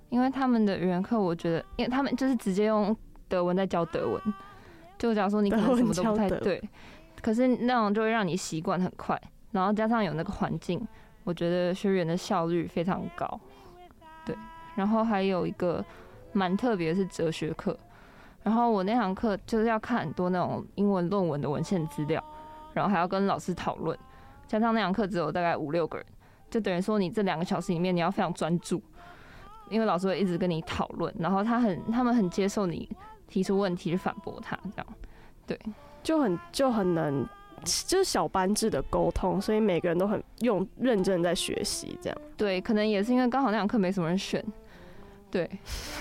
[SPEAKER 4] 因为他们的语言课，我觉得，因为他们就是直接用德文在教德文，就假如说你可能什么都不太
[SPEAKER 2] 德文教德
[SPEAKER 4] 对，可是那种就会让你习惯很快，然后加上有那个环境，我觉得学员的效率非常高。对，然后还有一个蛮特别的是哲学课，然后我那堂课就是要看很多那种英文论文的文献资料，然后还要跟老师讨论，加上那堂课只有大概五六个人，就等于说你这两个小时里面你要非常专注，因为老师会一直跟你讨论，然后他很他们很接受你提出问题去反驳他这样。
[SPEAKER 2] 就很就很能，就是小班制的沟通，所以每个人都很用认真在学习，这样。
[SPEAKER 4] 对，可能也是因为刚好那堂课没什么人选，对，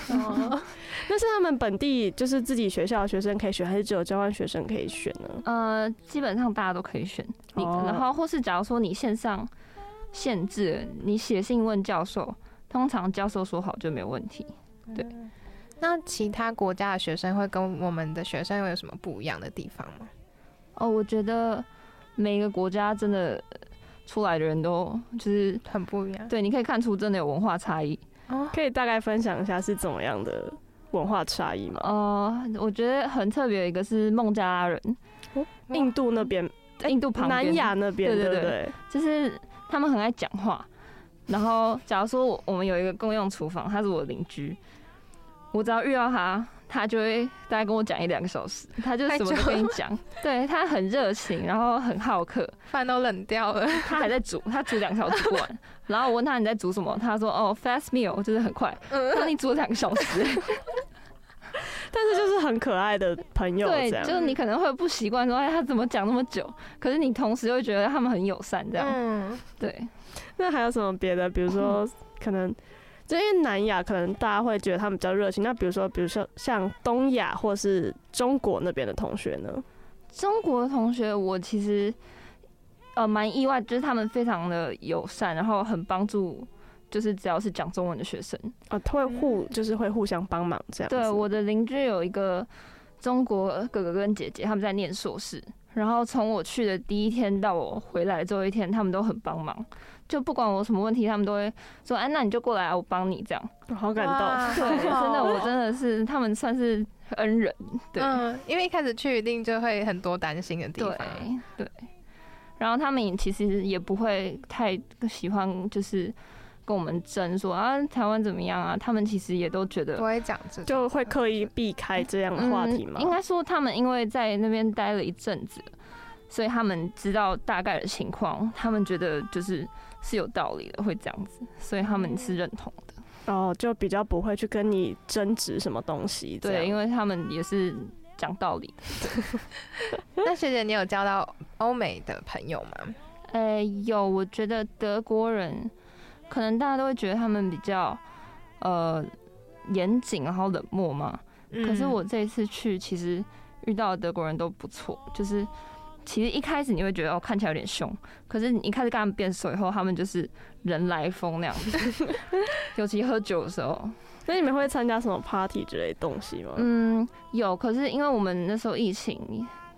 [SPEAKER 2] 那是他们本地就是自己学校的学生可以选，还是只有交换学生可以选呢？
[SPEAKER 4] 呃，基本上大家都可以选你，
[SPEAKER 2] 哦
[SPEAKER 4] 然后或是假如说你线上限制，你写信问教授，通常教授说好就没有问题。对
[SPEAKER 1] 嗯。那其他国家的学生会跟我们的学生会有什么不一样的地方吗？
[SPEAKER 4] 哦，我觉得每个国家真的呃出来的人都就是
[SPEAKER 1] 很不一样。
[SPEAKER 4] 对，你可以看出真的有文化差异。
[SPEAKER 1] 哦，
[SPEAKER 2] 可以大概分享一下是怎么样的文化差异吗？
[SPEAKER 4] 呃，我觉得很特别的一个是孟加拉人，
[SPEAKER 1] 哇
[SPEAKER 2] 印度那边、哎
[SPEAKER 4] 印度旁边
[SPEAKER 2] 南亚那边，
[SPEAKER 4] 对
[SPEAKER 2] 对
[SPEAKER 4] 对
[SPEAKER 2] 不
[SPEAKER 4] 对
[SPEAKER 2] 对？
[SPEAKER 4] 就是他们很爱讲话。然后，假如说我我们有一个共用厨房，他是我的邻居，我只要遇到他，他就会大概跟我讲一两个小时，他就
[SPEAKER 1] 太
[SPEAKER 4] 什么都
[SPEAKER 1] 久
[SPEAKER 4] 跟你讲。对他很热情，然后很好客，
[SPEAKER 1] 饭都冷掉了。
[SPEAKER 4] 他还在煮，他煮两条煮不完。然后我问他你在煮什么，他说哦 fast meal 就是很快，
[SPEAKER 2] 嗯
[SPEAKER 4] 他说你煮了两个小时。
[SPEAKER 2] 但是就是很可爱的朋友
[SPEAKER 4] 对
[SPEAKER 2] 这，样。
[SPEAKER 4] 就是你可能会不习惯说哎他怎么讲那么久，可是你同时又觉得他们很友善这样。
[SPEAKER 1] 嗯，
[SPEAKER 4] 对，
[SPEAKER 2] 那还有什么别的？比如说，可能就因为南亚，可能大家会觉得他们比较热情。那比如说，比如说像东亚或是中国那边的同学呢？
[SPEAKER 4] 中国的同学，我其实呃蛮意外，就是他们非常的友善，然后很帮助，就是只要是讲中文的学生。
[SPEAKER 2] 啊，他会互就是会互相帮忙这样子。
[SPEAKER 4] 嗯对，我的邻居有一个中国哥哥跟姐姐，他们在念硕士，然后从我去的第一天到我回来的最后一天，他们都很帮忙，就不管我有什么问题，他们都会说：“哎、那你就过来啊，我帮你。”这样，
[SPEAKER 2] 我好感动。
[SPEAKER 1] 哇
[SPEAKER 4] 对，真的，我真的是他们算是恩人，对。
[SPEAKER 1] 嗯，因为一开始去一定就会很多担心的地
[SPEAKER 4] 对
[SPEAKER 1] 方。
[SPEAKER 4] 对，然后他们也其实也不会太喜欢，就是跟我们争说啊台湾怎么样啊，他们其实也都觉
[SPEAKER 1] 不
[SPEAKER 4] 得。
[SPEAKER 1] 会讲这种
[SPEAKER 2] 就会刻意避开这样的话题吗？
[SPEAKER 4] 嗯应该说他们因为在那边待了一阵子，所以他们知道大概的情况，他们觉得就是是有道理的，会这样子，所以他们是认同的。
[SPEAKER 2] 哦，就比较不会去跟你争执什么东西这样。
[SPEAKER 4] 对，因
[SPEAKER 2] 为
[SPEAKER 4] 为他们也是讲道理的。
[SPEAKER 1] 那学姐，你有交到欧美的朋友吗？
[SPEAKER 4] 呃，有，我觉得德国人可能大家都会觉得他们比较呃严谨，然后冷漠嘛。可
[SPEAKER 1] 嗯
[SPEAKER 4] 是我这一次去，其实遇到的德国人都不错，就是其实一开始你会觉得哦看起来有点凶，可是你一开始跟他们变熟以后，他们就是人来疯那样子， 尤其喝酒的时候，
[SPEAKER 2] 那你们会参加什么 party 之类的东西吗？
[SPEAKER 4] 嗯，有。可是因为我们那时候疫情，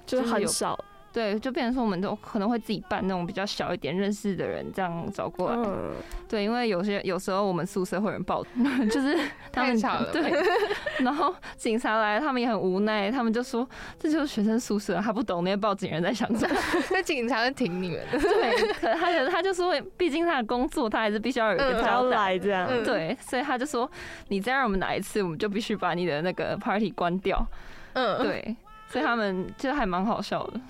[SPEAKER 2] 就是
[SPEAKER 4] 就是
[SPEAKER 2] 很
[SPEAKER 4] 有
[SPEAKER 2] 少。
[SPEAKER 4] 对，就变成说我们都可能会自己办那种比较小一点认识的人这样找过来。
[SPEAKER 2] 嗯，
[SPEAKER 4] 对，因为有些有时候我们宿舍会有人报， 就是他
[SPEAKER 1] 太
[SPEAKER 4] 们
[SPEAKER 1] 吵了
[SPEAKER 4] 对，然后警察来，他们也很无奈，他们就说这就是学生宿舍，他不懂那些报警人在想什 么。
[SPEAKER 1] 那警察就挺你们的。
[SPEAKER 4] 对，可他觉得他就说，毕竟他的工作，他还是必须要有一个
[SPEAKER 1] 嗯
[SPEAKER 2] 才要
[SPEAKER 4] 交代。
[SPEAKER 2] 来这样。
[SPEAKER 1] 嗯
[SPEAKER 4] 对，所以他就说，你再让我们来一次，我们就必须把你的那个 party 关掉。
[SPEAKER 1] 嗯，，
[SPEAKER 4] 对，所以他们就还蛮好笑的。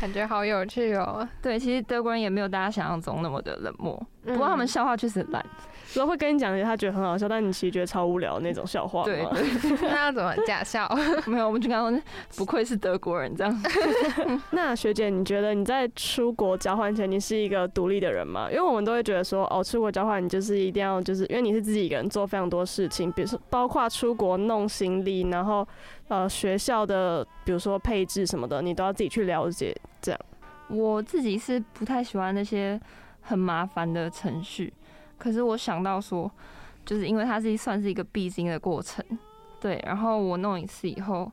[SPEAKER 1] 感觉好有趣哦。
[SPEAKER 4] 对，其实德国人也没有大家想象中那么的冷漠，不过他
[SPEAKER 1] 嗯
[SPEAKER 4] 们笑话确实很烂。
[SPEAKER 2] 然后会跟你讲一些他觉得很好笑，但你其实觉得超无聊的那种笑话吗？
[SPEAKER 4] 对对，
[SPEAKER 1] 那要怎么驾校？
[SPEAKER 4] 没有，我们就刚刚不愧是德国人这样。
[SPEAKER 2] 那学姐，你觉得你在出国交换前，你是一个独立的人吗？因为我们都会觉得说，哦，出国交换你就是一定要就是，因为你是自己一个人做非常多事情，比如说包括出国弄行李，然后呃学校的比如说配置什么的，你都要自己去了解。
[SPEAKER 4] 我自己是不太喜欢那些很麻烦的程序，可是我想到说，就是因为它是算是一个必经的过程，对。然后我弄一次以后，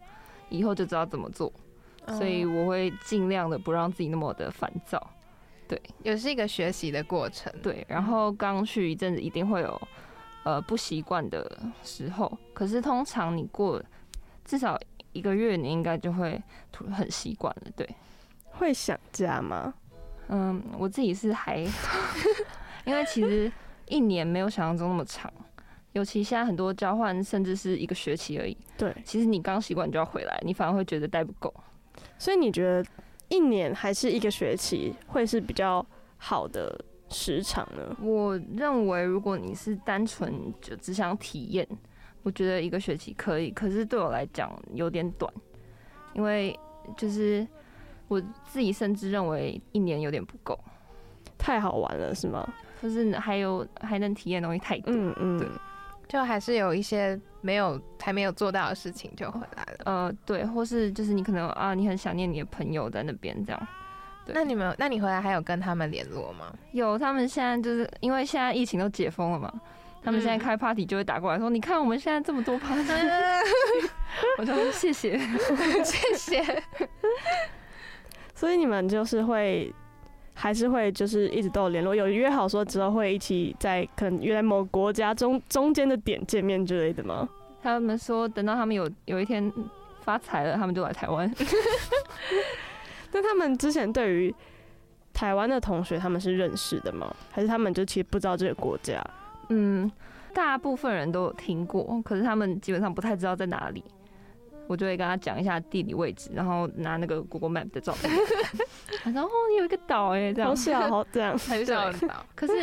[SPEAKER 4] 以后就知道怎么做，
[SPEAKER 2] 嗯
[SPEAKER 4] 所以我会尽量的不让自己那么的烦躁，
[SPEAKER 1] 也是一个学习的过程。
[SPEAKER 4] 对。然后刚去一阵子，一定会有呃不习惯的时候，可是通常你过至少一个月，你应该就会突很习惯了。对，
[SPEAKER 2] 会想家吗？
[SPEAKER 4] 嗯，我自己是还，因为其实一年没有想象中那么长，尤其现在很多交换甚至是一个学期而已。
[SPEAKER 2] 对，
[SPEAKER 4] 其实你刚习惯就要回来，你反而会觉得待不够。
[SPEAKER 2] 所以你觉得一年还是一个学期会是比较好的时长呢？
[SPEAKER 4] 我认为，如果你是单纯就只想体验，我觉得一个学期可以。可是对我来讲有点短，因为就是我自己甚至认为一年有点不够，
[SPEAKER 2] 太好玩了是吗？
[SPEAKER 4] 就是还有还能体验的东西太多。
[SPEAKER 2] 嗯
[SPEAKER 4] 对
[SPEAKER 2] 嗯，
[SPEAKER 1] 就还是有一些没有还没有做到的事情就回来了。
[SPEAKER 4] 呃，对，或是就是你可能啊，你很想念你的朋友在那边这样。对
[SPEAKER 1] 那你们，那你回来还有跟他们联络吗？
[SPEAKER 4] 有他们现在就是因为现在疫情都解封了嘛，他们现在
[SPEAKER 1] 嗯
[SPEAKER 4] 开 party 就会打过来说，你看我们现在这么多 party，我说谢谢。
[SPEAKER 1] 谢谢。。
[SPEAKER 2] 所以你们就是会。还是会就是一直都有联络，有约好说之后会一起在可能约在某国家中中间的点见面之类的吗？
[SPEAKER 4] 他们说等到他们有有一天发财了，他们就来台湾。
[SPEAKER 2] 那他们之前对于台湾的同学，他们是认识的吗？还是他们就其实不知道这个国家？
[SPEAKER 4] 嗯，大部分人都有听过，可是他们基本上不太知道在哪里。我就会跟他讲一下地理位置，然后拿那个 Google Map 的照片， 他说哦，你有一个岛哎，这样
[SPEAKER 2] 好 小，好这样
[SPEAKER 1] 很少人到，
[SPEAKER 4] 可是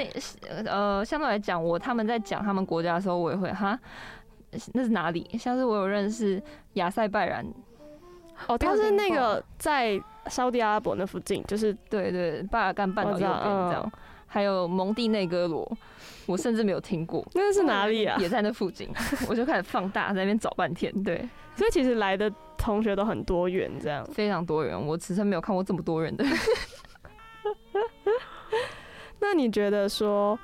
[SPEAKER 4] 呃，相对来讲，我他们在讲他们国家的时候，我也会哈，那是哪里？像是我有认识亚塞拜然，
[SPEAKER 2] 哦，他是那个在沙地阿拉伯那附近，就是
[SPEAKER 4] 对对，巴尔干半
[SPEAKER 2] 我
[SPEAKER 4] 岛右
[SPEAKER 2] 知
[SPEAKER 4] 边
[SPEAKER 2] 道嗯
[SPEAKER 4] 这样，还有蒙地内哥罗，我甚至没有听过，
[SPEAKER 2] 那是哪里啊？
[SPEAKER 4] 也在哦那附近，我就开始放大在那边找半天，对，
[SPEAKER 2] 所以其实来的同学都很多元，这样。
[SPEAKER 4] 非常多人，我此生没有看过这么多人的。
[SPEAKER 2] 那你觉得说，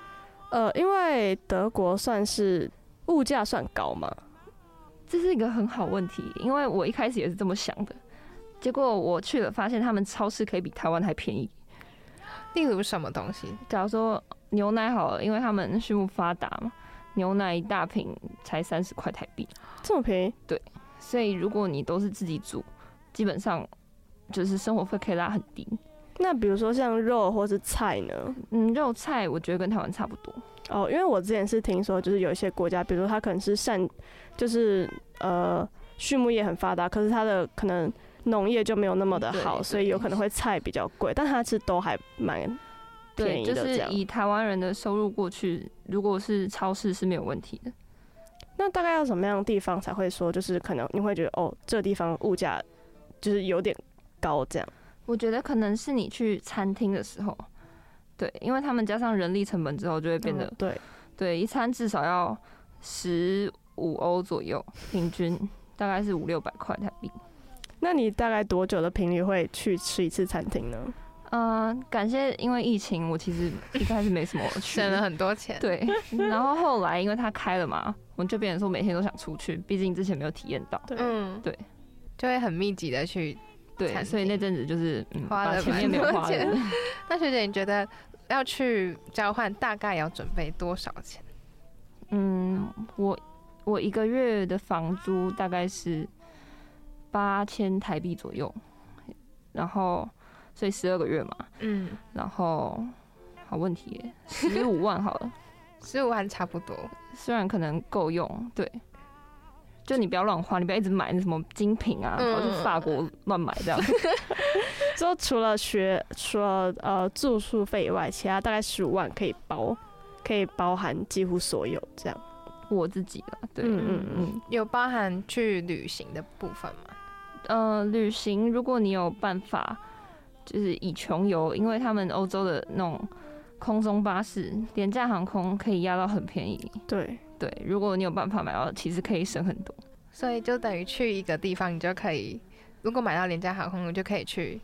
[SPEAKER 2] 呃，因为德国算是物价算高嘛？
[SPEAKER 4] 这是一个很好问题，因为我一开始也是这么想的，结果我去了，发现他们超市可以比台湾还便宜。
[SPEAKER 1] 例如什么东西？
[SPEAKER 4] 假如说牛奶好了，因为他们畜牧发达嘛，牛奶一大瓶才三十块台币，
[SPEAKER 2] 这么便宜？
[SPEAKER 4] 所以如果你都是自己煮，基本上就是生活费可以拉很低。
[SPEAKER 2] 那比如说像肉或是菜呢？
[SPEAKER 4] 嗯，肉菜我觉得跟台湾差不多。
[SPEAKER 2] 哦，因为我之前是听说，就是有一些国家，比如说它可能是善，就是呃畜牧业很发达，可是它的可能农业就没有那么的好，
[SPEAKER 4] 嗯对
[SPEAKER 2] 所以有可能会菜比较贵，但它其实都还蛮便
[SPEAKER 4] 对，
[SPEAKER 2] 宜
[SPEAKER 4] 就
[SPEAKER 2] 的这
[SPEAKER 4] 是
[SPEAKER 2] 样。
[SPEAKER 4] 以台湾人的收入过去，如果是超市是没有问题的。
[SPEAKER 2] 那大概要什么样的地方才会说，就是可能你会觉得哦，这个地方物价就是有点高这样？
[SPEAKER 4] 我觉得可能是你去餐厅的时候，对，因为他们加上人力成本之后，就会变得、
[SPEAKER 2] 嗯对，
[SPEAKER 4] 对一餐至少要十五欧左右，平均大概是五六百块台币。
[SPEAKER 2] 那你大概多久的频率会去吃一次餐厅呢？
[SPEAKER 4] 嗯，感谢，因为疫情，我其实一开始没什么去
[SPEAKER 1] 省了很多钱。
[SPEAKER 4] 对，然后后来因为它开了嘛，我就变成说每天都想出去，毕竟之前没有体验到。
[SPEAKER 2] 对，
[SPEAKER 1] 嗯，
[SPEAKER 4] 对，
[SPEAKER 1] 就会很密集的去。
[SPEAKER 4] 对，
[SPEAKER 1] 餐
[SPEAKER 4] 所以
[SPEAKER 1] 厅
[SPEAKER 4] 那阵子就是、嗯、
[SPEAKER 1] 花
[SPEAKER 4] 把
[SPEAKER 1] 了
[SPEAKER 4] 前
[SPEAKER 1] 蛮
[SPEAKER 4] 面没有
[SPEAKER 1] 多
[SPEAKER 4] 花的
[SPEAKER 1] 钱。 那学姐，你觉得要去交换大概要准备多少钱？
[SPEAKER 4] 嗯，我我一个月的房租大概是八千台币左右，然后所以十二个月嘛，
[SPEAKER 1] 嗯，
[SPEAKER 4] 然后好问题耶，十五万好了，
[SPEAKER 1] 十五万差不多。
[SPEAKER 4] 虽然可能够用，对。就你不要乱花，你不要一直买那什么精品啊，
[SPEAKER 1] 嗯
[SPEAKER 4] 跑去法国乱买这样。
[SPEAKER 2] 之后除了学除了呃住宿费以外，其他大概十五万可以包，可以包含几乎所有这样。
[SPEAKER 4] 我自己啦，对，
[SPEAKER 2] 嗯嗯嗯，
[SPEAKER 1] 有包含去旅行的部分吗？
[SPEAKER 4] 呃，旅行如果你有办法，就是以穷游，因为他们欧洲的那种空中巴士、廉价航空可以压到很便宜。
[SPEAKER 2] 对，
[SPEAKER 4] 对，如果你有办法买到，其实可以省很多。
[SPEAKER 1] 所以就等于去一个地方，你就可以，如果买到廉价航空，你就可以去，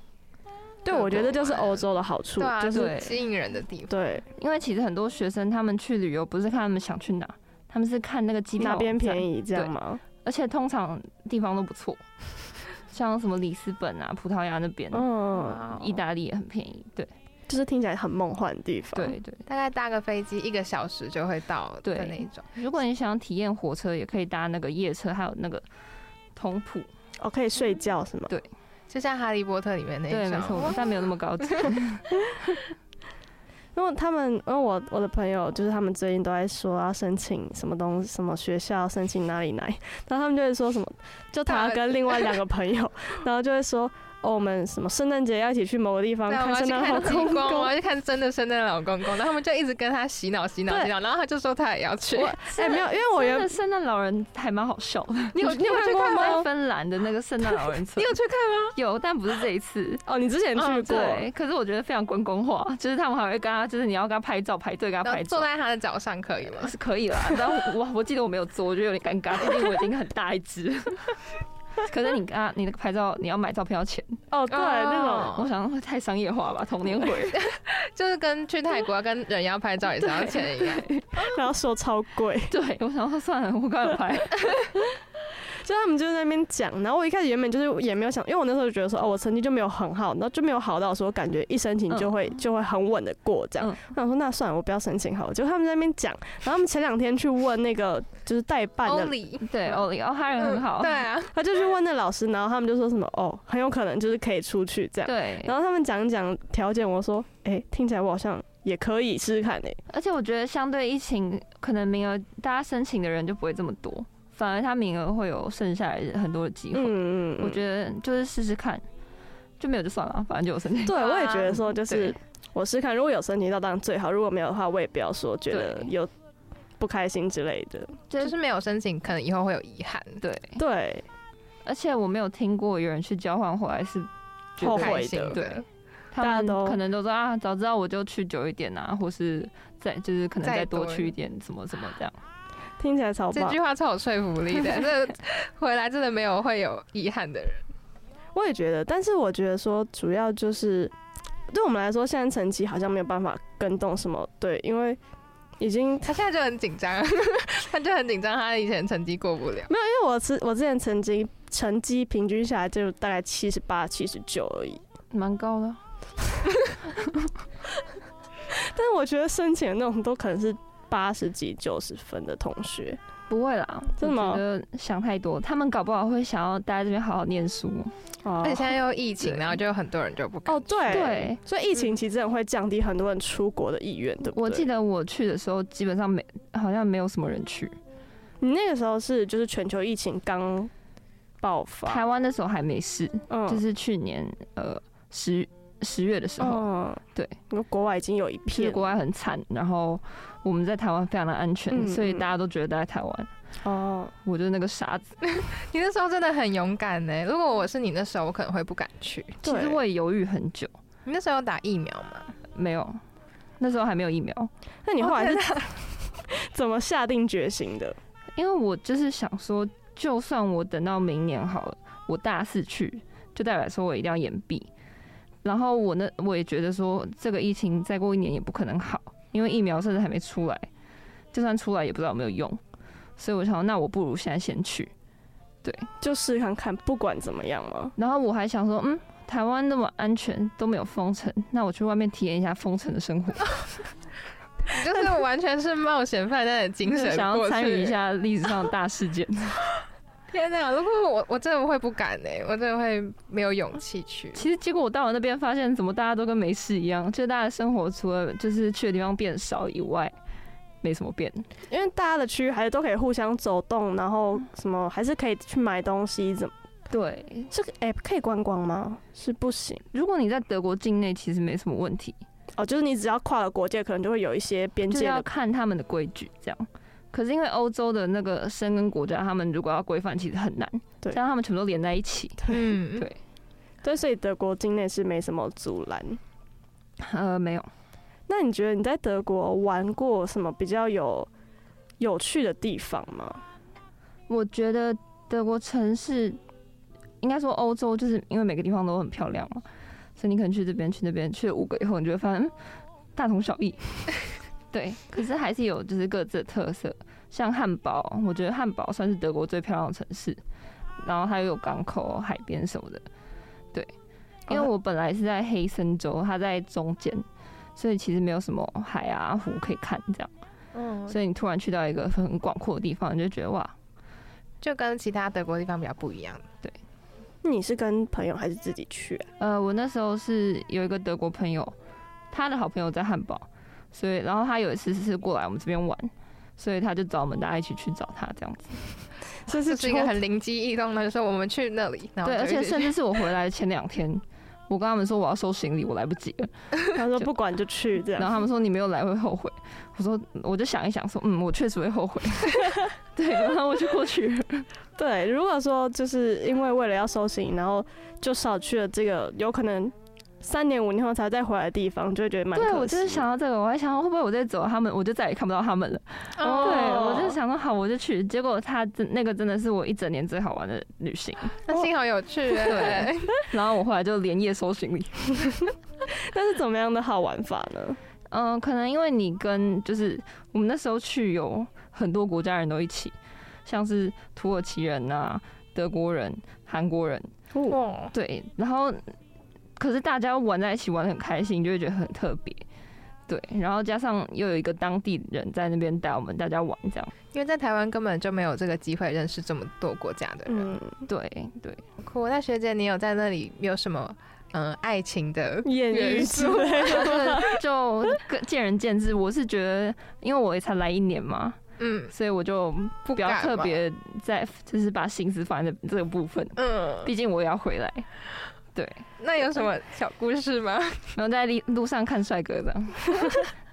[SPEAKER 2] 对，我觉得这就是欧洲的好处，
[SPEAKER 1] 对啊，
[SPEAKER 2] 就是
[SPEAKER 4] 对
[SPEAKER 1] 吸引人的地方。
[SPEAKER 2] 对
[SPEAKER 4] 因为其实很多学生他们去旅游，不是看他们想去哪，他们是看那个机票
[SPEAKER 2] 哪边便
[SPEAKER 4] 宜，
[SPEAKER 2] 宜这样吗？
[SPEAKER 4] 而且通常地方都不 错，像什么里斯本啊、葡萄牙那边、
[SPEAKER 2] 嗯，
[SPEAKER 1] 哇哦
[SPEAKER 4] 意大利也很便宜。对，
[SPEAKER 2] 就是听起来很梦幻的地方。
[SPEAKER 4] 对对，
[SPEAKER 1] 大概搭个飞机一个小时就会到的
[SPEAKER 4] 对
[SPEAKER 1] 那一种。
[SPEAKER 4] 如果你想体验火车，也可以搭那个夜车，还有那个同铺。
[SPEAKER 2] 哦，可以睡觉是吗？
[SPEAKER 4] 对
[SPEAKER 1] 就像《哈利波特》里面那一
[SPEAKER 4] 对，
[SPEAKER 1] 种，
[SPEAKER 4] 没错，但没有那么 高级。哎
[SPEAKER 2] 因为他们，因为我我的朋友就是他们最近都在说要申请什么东西，什么学校申请哪里来，然后他们就会说 什么，就他跟另外两个朋友，然后就会说哦，我们什么圣诞节要一起去某个地方
[SPEAKER 1] 对，我
[SPEAKER 2] 看
[SPEAKER 1] 们要去
[SPEAKER 2] 圣诞老
[SPEAKER 1] 看极
[SPEAKER 2] 公
[SPEAKER 1] 光，我
[SPEAKER 2] 公
[SPEAKER 1] 们。要去看真的圣诞老公公，然后我们就一直跟他洗脑洗脑
[SPEAKER 2] 对
[SPEAKER 1] 洗脑，然后他就说他也要去
[SPEAKER 2] 我。哎、没有，因为我
[SPEAKER 4] 啊真
[SPEAKER 2] 原
[SPEAKER 4] 的圣诞老人还蛮好笑 的。
[SPEAKER 2] 你有你有看
[SPEAKER 4] 去
[SPEAKER 2] 过
[SPEAKER 4] 看在
[SPEAKER 2] 吗？
[SPEAKER 4] 芬兰的那个圣诞老人 村
[SPEAKER 1] 你有去看吗？
[SPEAKER 4] 有，但不是这一次。
[SPEAKER 2] 哦，你之前去过，
[SPEAKER 4] 对，可是我觉得非常观光化，就是他们还会跟他，就是你要跟他拍照排队跟他
[SPEAKER 1] 然后
[SPEAKER 4] 拍
[SPEAKER 1] 坐
[SPEAKER 4] 照。
[SPEAKER 1] 在他的脚上可 以吗？
[SPEAKER 4] 是可以啦，但我我我记得我没有做，我觉得有点尴 尬，毕竟我已经很大一只。 可是你跟他你那个拍照，你要买照片要钱，
[SPEAKER 2] 哦，对，那
[SPEAKER 1] 哦
[SPEAKER 4] 我想会太商业化吧，童年回。
[SPEAKER 1] 就是跟去泰国要跟人妖拍照也是要钱一样。
[SPEAKER 2] 种然后说超贵，
[SPEAKER 4] 对，我想说算了，我赶快拍。
[SPEAKER 2] 就他们就在那边讲，然后我一开始原本就是也没有想，因为我那时候就觉得说，哦，我成绩就没有很好，然后就没有好到说感觉一申请就会、就会很稳的过这样。
[SPEAKER 4] 嗯
[SPEAKER 2] 我想说那算了，我不要申请好了。结果他们在那边讲，然后他们前两天去问那个就是代办
[SPEAKER 1] 欧
[SPEAKER 2] 的，
[SPEAKER 1] 里
[SPEAKER 4] 对，欧里，哦，他人很好
[SPEAKER 1] 对，啊，
[SPEAKER 2] 他就去问那老师，然后他们就说什么哦，很有可能就是可以出去这样。
[SPEAKER 4] 对，
[SPEAKER 2] 然后他们讲一讲条件，我说哎、听起来我好像也可以试试看哎、
[SPEAKER 4] 而且我觉得相对疫情，可能名额大家申请的人就不会这么多，反而他名额会有剩下来很多的机
[SPEAKER 2] 嗯
[SPEAKER 4] 会。
[SPEAKER 2] 嗯嗯，
[SPEAKER 4] 我觉得就是试试看，就没有就算了，反正就 有 申请。
[SPEAKER 2] 对，我也觉得说就是
[SPEAKER 4] 对
[SPEAKER 2] 我试试看，如果有申请到当然最好，如果没有的话，我也不要说觉得
[SPEAKER 4] 对
[SPEAKER 2] 有不开心之类的。
[SPEAKER 1] 就是没有申请，可能以后会有遗憾。
[SPEAKER 4] 对，
[SPEAKER 2] 对，
[SPEAKER 4] 而且我没有听过有人去交换回来是觉得
[SPEAKER 2] 后
[SPEAKER 1] 开
[SPEAKER 2] 悔
[SPEAKER 1] 心
[SPEAKER 2] 的
[SPEAKER 4] 对，
[SPEAKER 2] 大家
[SPEAKER 4] 他们
[SPEAKER 2] 都
[SPEAKER 4] 可能都说啊，早知道我就去久一点啊，或是再就是可能
[SPEAKER 1] 再
[SPEAKER 4] 再多
[SPEAKER 1] 多
[SPEAKER 4] 去一点，怎么怎么这样。
[SPEAKER 2] 听起来超
[SPEAKER 1] 这
[SPEAKER 2] 棒
[SPEAKER 1] 句。话超有说服力的，这回来真的没有会有遗憾的人。
[SPEAKER 2] 我也觉得，但是我觉得说主要就是对我们来说，现在成绩好像没有办法跟动什么，对，因为已经
[SPEAKER 1] 他现在就很紧张， 他就很紧张，他以前成绩过不了。
[SPEAKER 2] 因为我之我之前曾经成绩平均下来就大概七十八、七十九而已，
[SPEAKER 4] 蛮高的，
[SPEAKER 2] 但是我觉得申请的那种都可能是八十几、九十分的同学，
[SPEAKER 4] 不会啦，
[SPEAKER 2] 真的吗
[SPEAKER 4] 我觉得想太多，他们搞不好会想要待在这边好好念书。
[SPEAKER 2] 哦
[SPEAKER 1] 而且现在又疫情，
[SPEAKER 4] 对
[SPEAKER 1] 然后就有很多人就不敢
[SPEAKER 2] 哦对
[SPEAKER 4] 对，
[SPEAKER 2] 所以疫情其实真的会降低很多人出国的意愿，对不对？
[SPEAKER 4] 嗯我记得我去的时候，基本上没好像没有什么人去。
[SPEAKER 2] 你那个时候是就是全球疫情刚爆发，
[SPEAKER 4] 台湾那时候还没事，
[SPEAKER 2] 嗯
[SPEAKER 4] 就是去年呃十十月的时候，
[SPEAKER 2] 嗯，
[SPEAKER 4] 对，
[SPEAKER 2] 因为国外已经有一
[SPEAKER 4] 其实
[SPEAKER 2] 片
[SPEAKER 4] 国外很惨，然后我们在台湾非常的安
[SPEAKER 2] 嗯
[SPEAKER 4] 全，所以
[SPEAKER 2] 嗯
[SPEAKER 4] 大家都觉得待在台湾。
[SPEAKER 2] 哦，
[SPEAKER 4] 我就是那个傻子，
[SPEAKER 1] 你那时候真的很勇敢呢。如果我是你那时候，我可能会不敢去。
[SPEAKER 4] 其实
[SPEAKER 2] 对
[SPEAKER 4] 我也犹豫很久，
[SPEAKER 1] 你那时候有打疫苗吗？
[SPEAKER 4] 没有，那时候还没有疫苗，
[SPEAKER 2] 那你后
[SPEAKER 4] 哦
[SPEAKER 1] 哦
[SPEAKER 2] 来是 怎么下定决心的？
[SPEAKER 4] 因为我就是想说，就算我等到明年好了，我大四去，就代表说我一定要延毕。然后我呢，我也觉得说，这个疫情再过一年也不可能好，因为疫苗甚至还没出来，就算出来也不知道有没有用。所以我想说，那我不如现在先去。
[SPEAKER 2] 就试看看，不管怎么样嘛。
[SPEAKER 4] 然后我还想说，嗯，台湾那么安全，都没有封城，那我去外面体验一下封城的生活，
[SPEAKER 1] 你就是完全是冒险犯难的精
[SPEAKER 4] 就是
[SPEAKER 1] 神，
[SPEAKER 4] 想要参与一。下历史上的大事件。
[SPEAKER 1] 天哪！如果我我真的会不敢呢，我真的会没有勇气 去。
[SPEAKER 4] 其实结果我到了那边，发现怎么大家都跟没事一样，就大家的生活除了就是去的地方变少以外，没什么变。
[SPEAKER 2] 因为大家的区域还是都可以互相走动，然后
[SPEAKER 4] 嗯
[SPEAKER 2] 什么还是可以去买东西，怎么
[SPEAKER 4] 对，
[SPEAKER 2] 这个 app 可以观光吗？是不行
[SPEAKER 4] 如果你在德国境内，其实没什么问题，
[SPEAKER 2] 哦，就是你只要跨了国界，可能就会有一些边
[SPEAKER 4] 就是
[SPEAKER 2] 界
[SPEAKER 4] 要
[SPEAKER 2] 的。
[SPEAKER 4] 看他们的规矩这样。可是因为欧洲的那个申根国家，他们如果要规范，其实很难，
[SPEAKER 2] 对
[SPEAKER 4] 加上他们全部都连在一起。
[SPEAKER 1] 嗯，
[SPEAKER 4] 对，
[SPEAKER 2] 对，所以德国境内是没什么阻拦。
[SPEAKER 4] 呃，没有，
[SPEAKER 2] 那你觉得你在德国玩过什么比较有有趣的地方吗？
[SPEAKER 4] 我觉得德国城市，应该说欧洲，就是因为每个地方都很漂亮嘛，所以你可能去这边去那边去了五个以后，你就会发现嗯大同小异。对，可是还是有就是各自的特色，像汉堡，我觉得汉堡算是德国最漂亮的城市，然后它又有港口、海边什么的。对，因为我本来是在黑森州，它在中间，所以其实没有什么海啊湖可以看这样。
[SPEAKER 2] 嗯，
[SPEAKER 4] 所以你突然去到一个很广阔的地方，你就觉得哇，
[SPEAKER 1] 就跟其他德国地方比较不一样。
[SPEAKER 2] 你是跟朋友还是自己去、啊？
[SPEAKER 4] 呃，我那时候是有一个德国朋友，他的好朋友在汉堡，所以然后他有一次是过来我们这边玩，所以他就找我们大家一起去找他这样子。
[SPEAKER 1] 这
[SPEAKER 2] 这是
[SPEAKER 1] 是一个
[SPEAKER 2] 抽
[SPEAKER 1] 很灵机一动的，说我们去那里，然后
[SPEAKER 4] 对，
[SPEAKER 1] 就
[SPEAKER 4] 而且
[SPEAKER 1] 一起
[SPEAKER 4] 甚至是我回来的前两天，我跟他们说我要收行李，我来不及了，
[SPEAKER 2] 他说不管就去这
[SPEAKER 4] 然
[SPEAKER 2] 样。
[SPEAKER 4] 后他们说你没有来会后悔，我说我就想一想说，嗯，我确实会后悔， 对，然后我就过去了。
[SPEAKER 2] 对，如果说就是因为为了要收行，然后就少去了这个有可能三年五年后才再回来的地方，就会觉得蛮可惜。
[SPEAKER 4] 对，我就是想到这个，我还想会不会我再走，他们我就再也看不到他们了。
[SPEAKER 1] 哦
[SPEAKER 4] 对，我就想说好，我就去。结果他真那个真的是我一整年最好玩的旅行。
[SPEAKER 1] 那幸好有趣、欸，对，
[SPEAKER 4] 然后我后来就连夜搜行李。
[SPEAKER 2] 但是怎么样的好玩法呢？
[SPEAKER 4] 嗯、可能因为你跟就是我们那时候去有很多国家人都一起，像是土耳其人啊、德国人、韩国人，
[SPEAKER 1] 哦，
[SPEAKER 4] 对。然后可是大家玩在一起玩的很开心，就会觉得很特别。对，然后加上又有一个当地人在那边带我们大家玩，这样。
[SPEAKER 1] 因为在台湾根本就没有这个机会认识这么多国家
[SPEAKER 4] 呃
[SPEAKER 1] 的人。
[SPEAKER 2] 嗯，
[SPEAKER 4] 对对，
[SPEAKER 1] 酷，那学姐，你有在那里有什么嗯爱情的？
[SPEAKER 2] 艳遇
[SPEAKER 1] 元
[SPEAKER 2] 之
[SPEAKER 1] 素
[SPEAKER 2] 类的。
[SPEAKER 4] 就是就各见仁见智。我是觉得，因为我也才来一年嘛，
[SPEAKER 1] 嗯
[SPEAKER 4] 所以我就不要
[SPEAKER 1] 敢
[SPEAKER 4] 特
[SPEAKER 1] 吧
[SPEAKER 4] 别在，就是把心思放在这个部分。
[SPEAKER 1] 嗯，
[SPEAKER 4] 毕竟我也要回来，对，
[SPEAKER 1] 那有什么小故事吗？
[SPEAKER 4] 然后在路路上看帅哥的，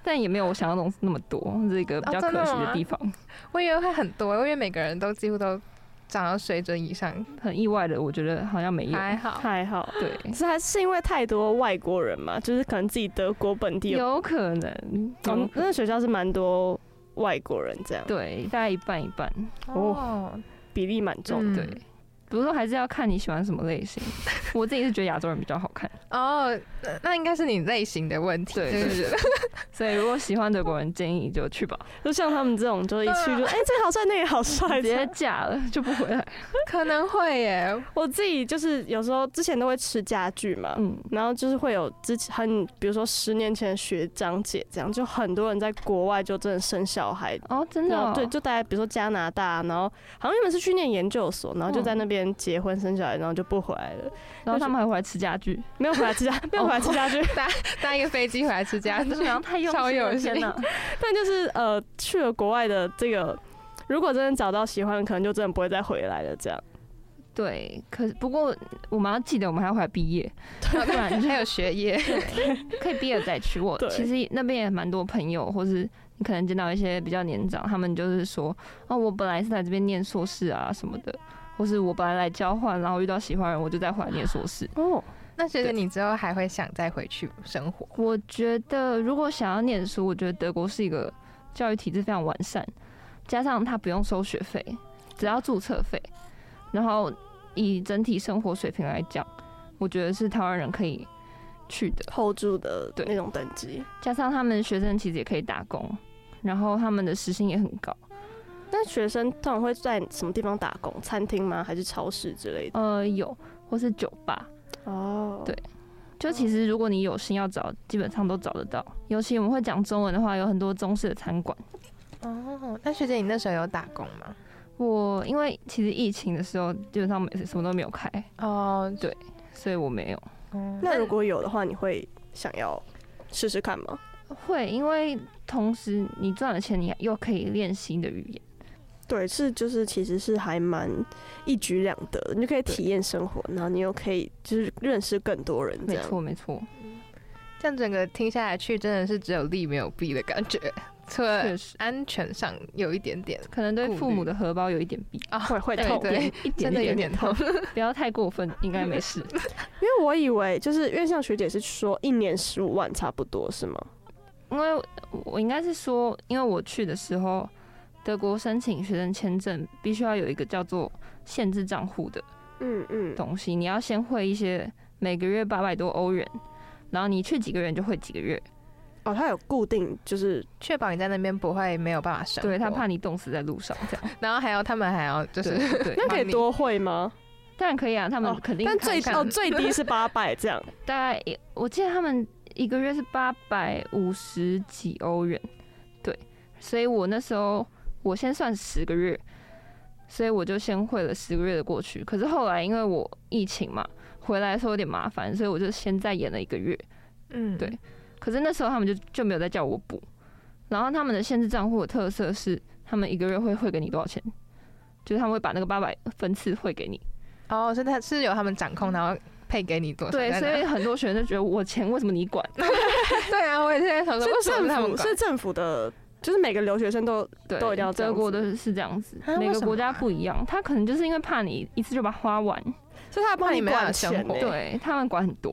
[SPEAKER 4] 但也没有我想象中那么多，这是一个比较
[SPEAKER 1] 哦真的
[SPEAKER 4] 可惜的
[SPEAKER 1] 吗
[SPEAKER 4] 地方。
[SPEAKER 1] 我以为会很多，我以为每个人都几乎都长到水准以上，
[SPEAKER 4] 很意外的，我觉得好像没有。
[SPEAKER 1] 还好。
[SPEAKER 2] 还好，
[SPEAKER 4] 对，
[SPEAKER 2] 是还是因为太多外国人嘛，就是可能自己德国本地有，
[SPEAKER 4] 有可能，
[SPEAKER 2] 我
[SPEAKER 4] 有
[SPEAKER 2] 们
[SPEAKER 4] 可
[SPEAKER 2] 那个学校是蛮多外国人这样，
[SPEAKER 4] 对，大概一半一半。
[SPEAKER 1] 哦，
[SPEAKER 2] 比例蛮重的。
[SPEAKER 1] 嗯
[SPEAKER 4] 对，不是说还是要看你喜欢什么类型。我自己是觉得亚洲人比较好看，
[SPEAKER 1] 哦，那那应该是你类型的问题，
[SPEAKER 4] 对
[SPEAKER 1] 是不是？
[SPEAKER 4] 所以如果喜欢德国人，建议你就去吧，
[SPEAKER 2] 就像他们这种，就一去就哎、这个好帅，那个好帅。
[SPEAKER 4] 直
[SPEAKER 2] 这
[SPEAKER 4] 接
[SPEAKER 2] 样
[SPEAKER 4] 嫁了就不回来。
[SPEAKER 1] 可能会耶，
[SPEAKER 2] 我自己就是有时候之前都会吃家具嘛，
[SPEAKER 4] 嗯，
[SPEAKER 2] 然后就是会有之前很，比如说十年前的学长姐这样，就很多人在国外就真的生小孩，
[SPEAKER 4] 哦，真的、
[SPEAKER 2] 然
[SPEAKER 4] 哦
[SPEAKER 2] 后，对，就待在比如说加拿大，然后好像原本是去念研究所，然后就在那边结婚生小孩，然后就不回来了，
[SPEAKER 4] 然后他们还回来吃家具，
[SPEAKER 2] 没有回来吃家，没有回来吃家具，
[SPEAKER 1] 搭一个飞机回来吃 家，
[SPEAKER 4] 就是好像太用
[SPEAKER 1] 超
[SPEAKER 4] 心
[SPEAKER 1] 有
[SPEAKER 4] 了，天
[SPEAKER 1] 心
[SPEAKER 4] 哪！
[SPEAKER 2] 但就是呃，去了国外的这个，如果真的找到喜欢的，可能就真的不会再回来了。这样，
[SPEAKER 4] 对，可是不过我们要记得，我们还要回来 毕业，不然就
[SPEAKER 1] 还有学 业，
[SPEAKER 4] 可以毕业了再去。我
[SPEAKER 2] 对
[SPEAKER 4] 其实那边也蛮多朋友，或是你可能见到一些比较年长，他们就是说，哦，我本来是来这边念硕士啊什么的，或是我本来来交换，然后遇到喜欢的人，我就再回来念硕士。
[SPEAKER 2] 哦，
[SPEAKER 1] 那学姐，
[SPEAKER 4] 对
[SPEAKER 1] 你之后还会想再回去生活？
[SPEAKER 4] 我觉得如果想要念书，我觉得德国是一个教育体制非常完善，加上它不用收学费，只要注册费，然后以整体生活水平来讲，我觉得是台湾人可以去的。
[SPEAKER 2] hold 住的
[SPEAKER 4] 对
[SPEAKER 2] 那种等级，
[SPEAKER 4] 加上他们学生其实也可以打工，然后他们的时薪也很高。
[SPEAKER 2] 那学生通常会在什么地方打工？餐厅吗？还是超市之类的？
[SPEAKER 4] 呃，有或是酒吧，
[SPEAKER 2] 哦
[SPEAKER 4] 对就其实如果你有心要找，基本上都找得到。尤其我们会讲中文的话，有很多中式的餐馆。
[SPEAKER 1] 哦，那学姐，你那时候有打工吗？
[SPEAKER 4] 我因为其实疫情的时候，基本上没什么都没有开，
[SPEAKER 1] 哦，
[SPEAKER 4] 对所以我没有。
[SPEAKER 2] 那如果有的话，你会想要试试看吗？
[SPEAKER 4] 会，因为同时你赚了钱，你又可以练习你的语言。
[SPEAKER 2] 对，是就是其实是还蛮一举两得的，你就可以体验生活，然后你又可以就是认识更多人，这
[SPEAKER 4] 没
[SPEAKER 2] 样
[SPEAKER 4] 错，没错，
[SPEAKER 1] 这样整个听下来去，真的是只有利没有弊的感觉，除了
[SPEAKER 4] 确实，
[SPEAKER 1] 安全上有一点点
[SPEAKER 4] 可能对
[SPEAKER 1] 顾
[SPEAKER 4] 父
[SPEAKER 1] 虑
[SPEAKER 4] 母的荷包有一点弊，
[SPEAKER 1] 啊，
[SPEAKER 2] 会会
[SPEAKER 1] 对
[SPEAKER 2] 痛。
[SPEAKER 1] 对，
[SPEAKER 4] 一点
[SPEAKER 1] 真的有
[SPEAKER 4] 点
[SPEAKER 1] 点痛。
[SPEAKER 4] 不要太过分，应该没事。
[SPEAKER 2] 因为我以为就是因为像学姐是说一年十五万差不多是吗？
[SPEAKER 4] 因为我我应该是说，因为我去的时候，德国申请学生签证必须要有一个叫做限制账户的
[SPEAKER 2] 嗯嗯，
[SPEAKER 4] 东西，你要先汇一些每个月八百多欧元，然后你去几个月你就汇几个月，
[SPEAKER 2] 哦，它有固定，就是
[SPEAKER 1] 确保你在那边不会没有办法生活。
[SPEAKER 4] 对他怕你冻死在路上这样，
[SPEAKER 1] 然后还有他们还要就是
[SPEAKER 4] 对 对，
[SPEAKER 2] 那可以
[SPEAKER 1] Money
[SPEAKER 2] 多会吗？
[SPEAKER 4] 当然可以啊，他们
[SPEAKER 2] 哦
[SPEAKER 4] 肯定
[SPEAKER 2] 但
[SPEAKER 4] 看
[SPEAKER 2] 最
[SPEAKER 4] 看
[SPEAKER 2] 哦最低是八百这样。
[SPEAKER 4] 大概我记得他们一个月是八百五十几欧元，对，所以我那时候我先算十个月，所以我就先汇了十个月的过去。可是后来因为我疫情嘛，回来的时候有点麻烦，所以我就先再延了一个月。
[SPEAKER 1] 嗯，
[SPEAKER 4] 对可是那时候他们就就没有再叫我补。然后他们的限制账户的特色是，他们一个月会汇给你多少钱，就是他们会把那个八百分次汇给你。
[SPEAKER 1] 哦，所以他是由他们掌控，然后配给你多少在哪？
[SPEAKER 4] 对，所以很多学生就觉得我钱为什么你管？
[SPEAKER 1] 对啊，我也是在想说，为
[SPEAKER 2] 是
[SPEAKER 1] 什么他们
[SPEAKER 2] 政府
[SPEAKER 1] 管
[SPEAKER 2] 是？政府的，就是每个留学生都
[SPEAKER 4] 对，
[SPEAKER 2] 都一定要这样
[SPEAKER 4] 德
[SPEAKER 2] 子
[SPEAKER 4] 国的是这样子，
[SPEAKER 1] 啊为
[SPEAKER 4] 每个
[SPEAKER 1] 什么
[SPEAKER 4] 国家
[SPEAKER 1] 啊
[SPEAKER 4] 不一样。他可能就是因为怕你一次就把它花完，
[SPEAKER 2] 所以他帮
[SPEAKER 1] 那你没办法
[SPEAKER 2] 管钱
[SPEAKER 1] 生活
[SPEAKER 2] 欸，
[SPEAKER 1] 对
[SPEAKER 4] 对他们管很多。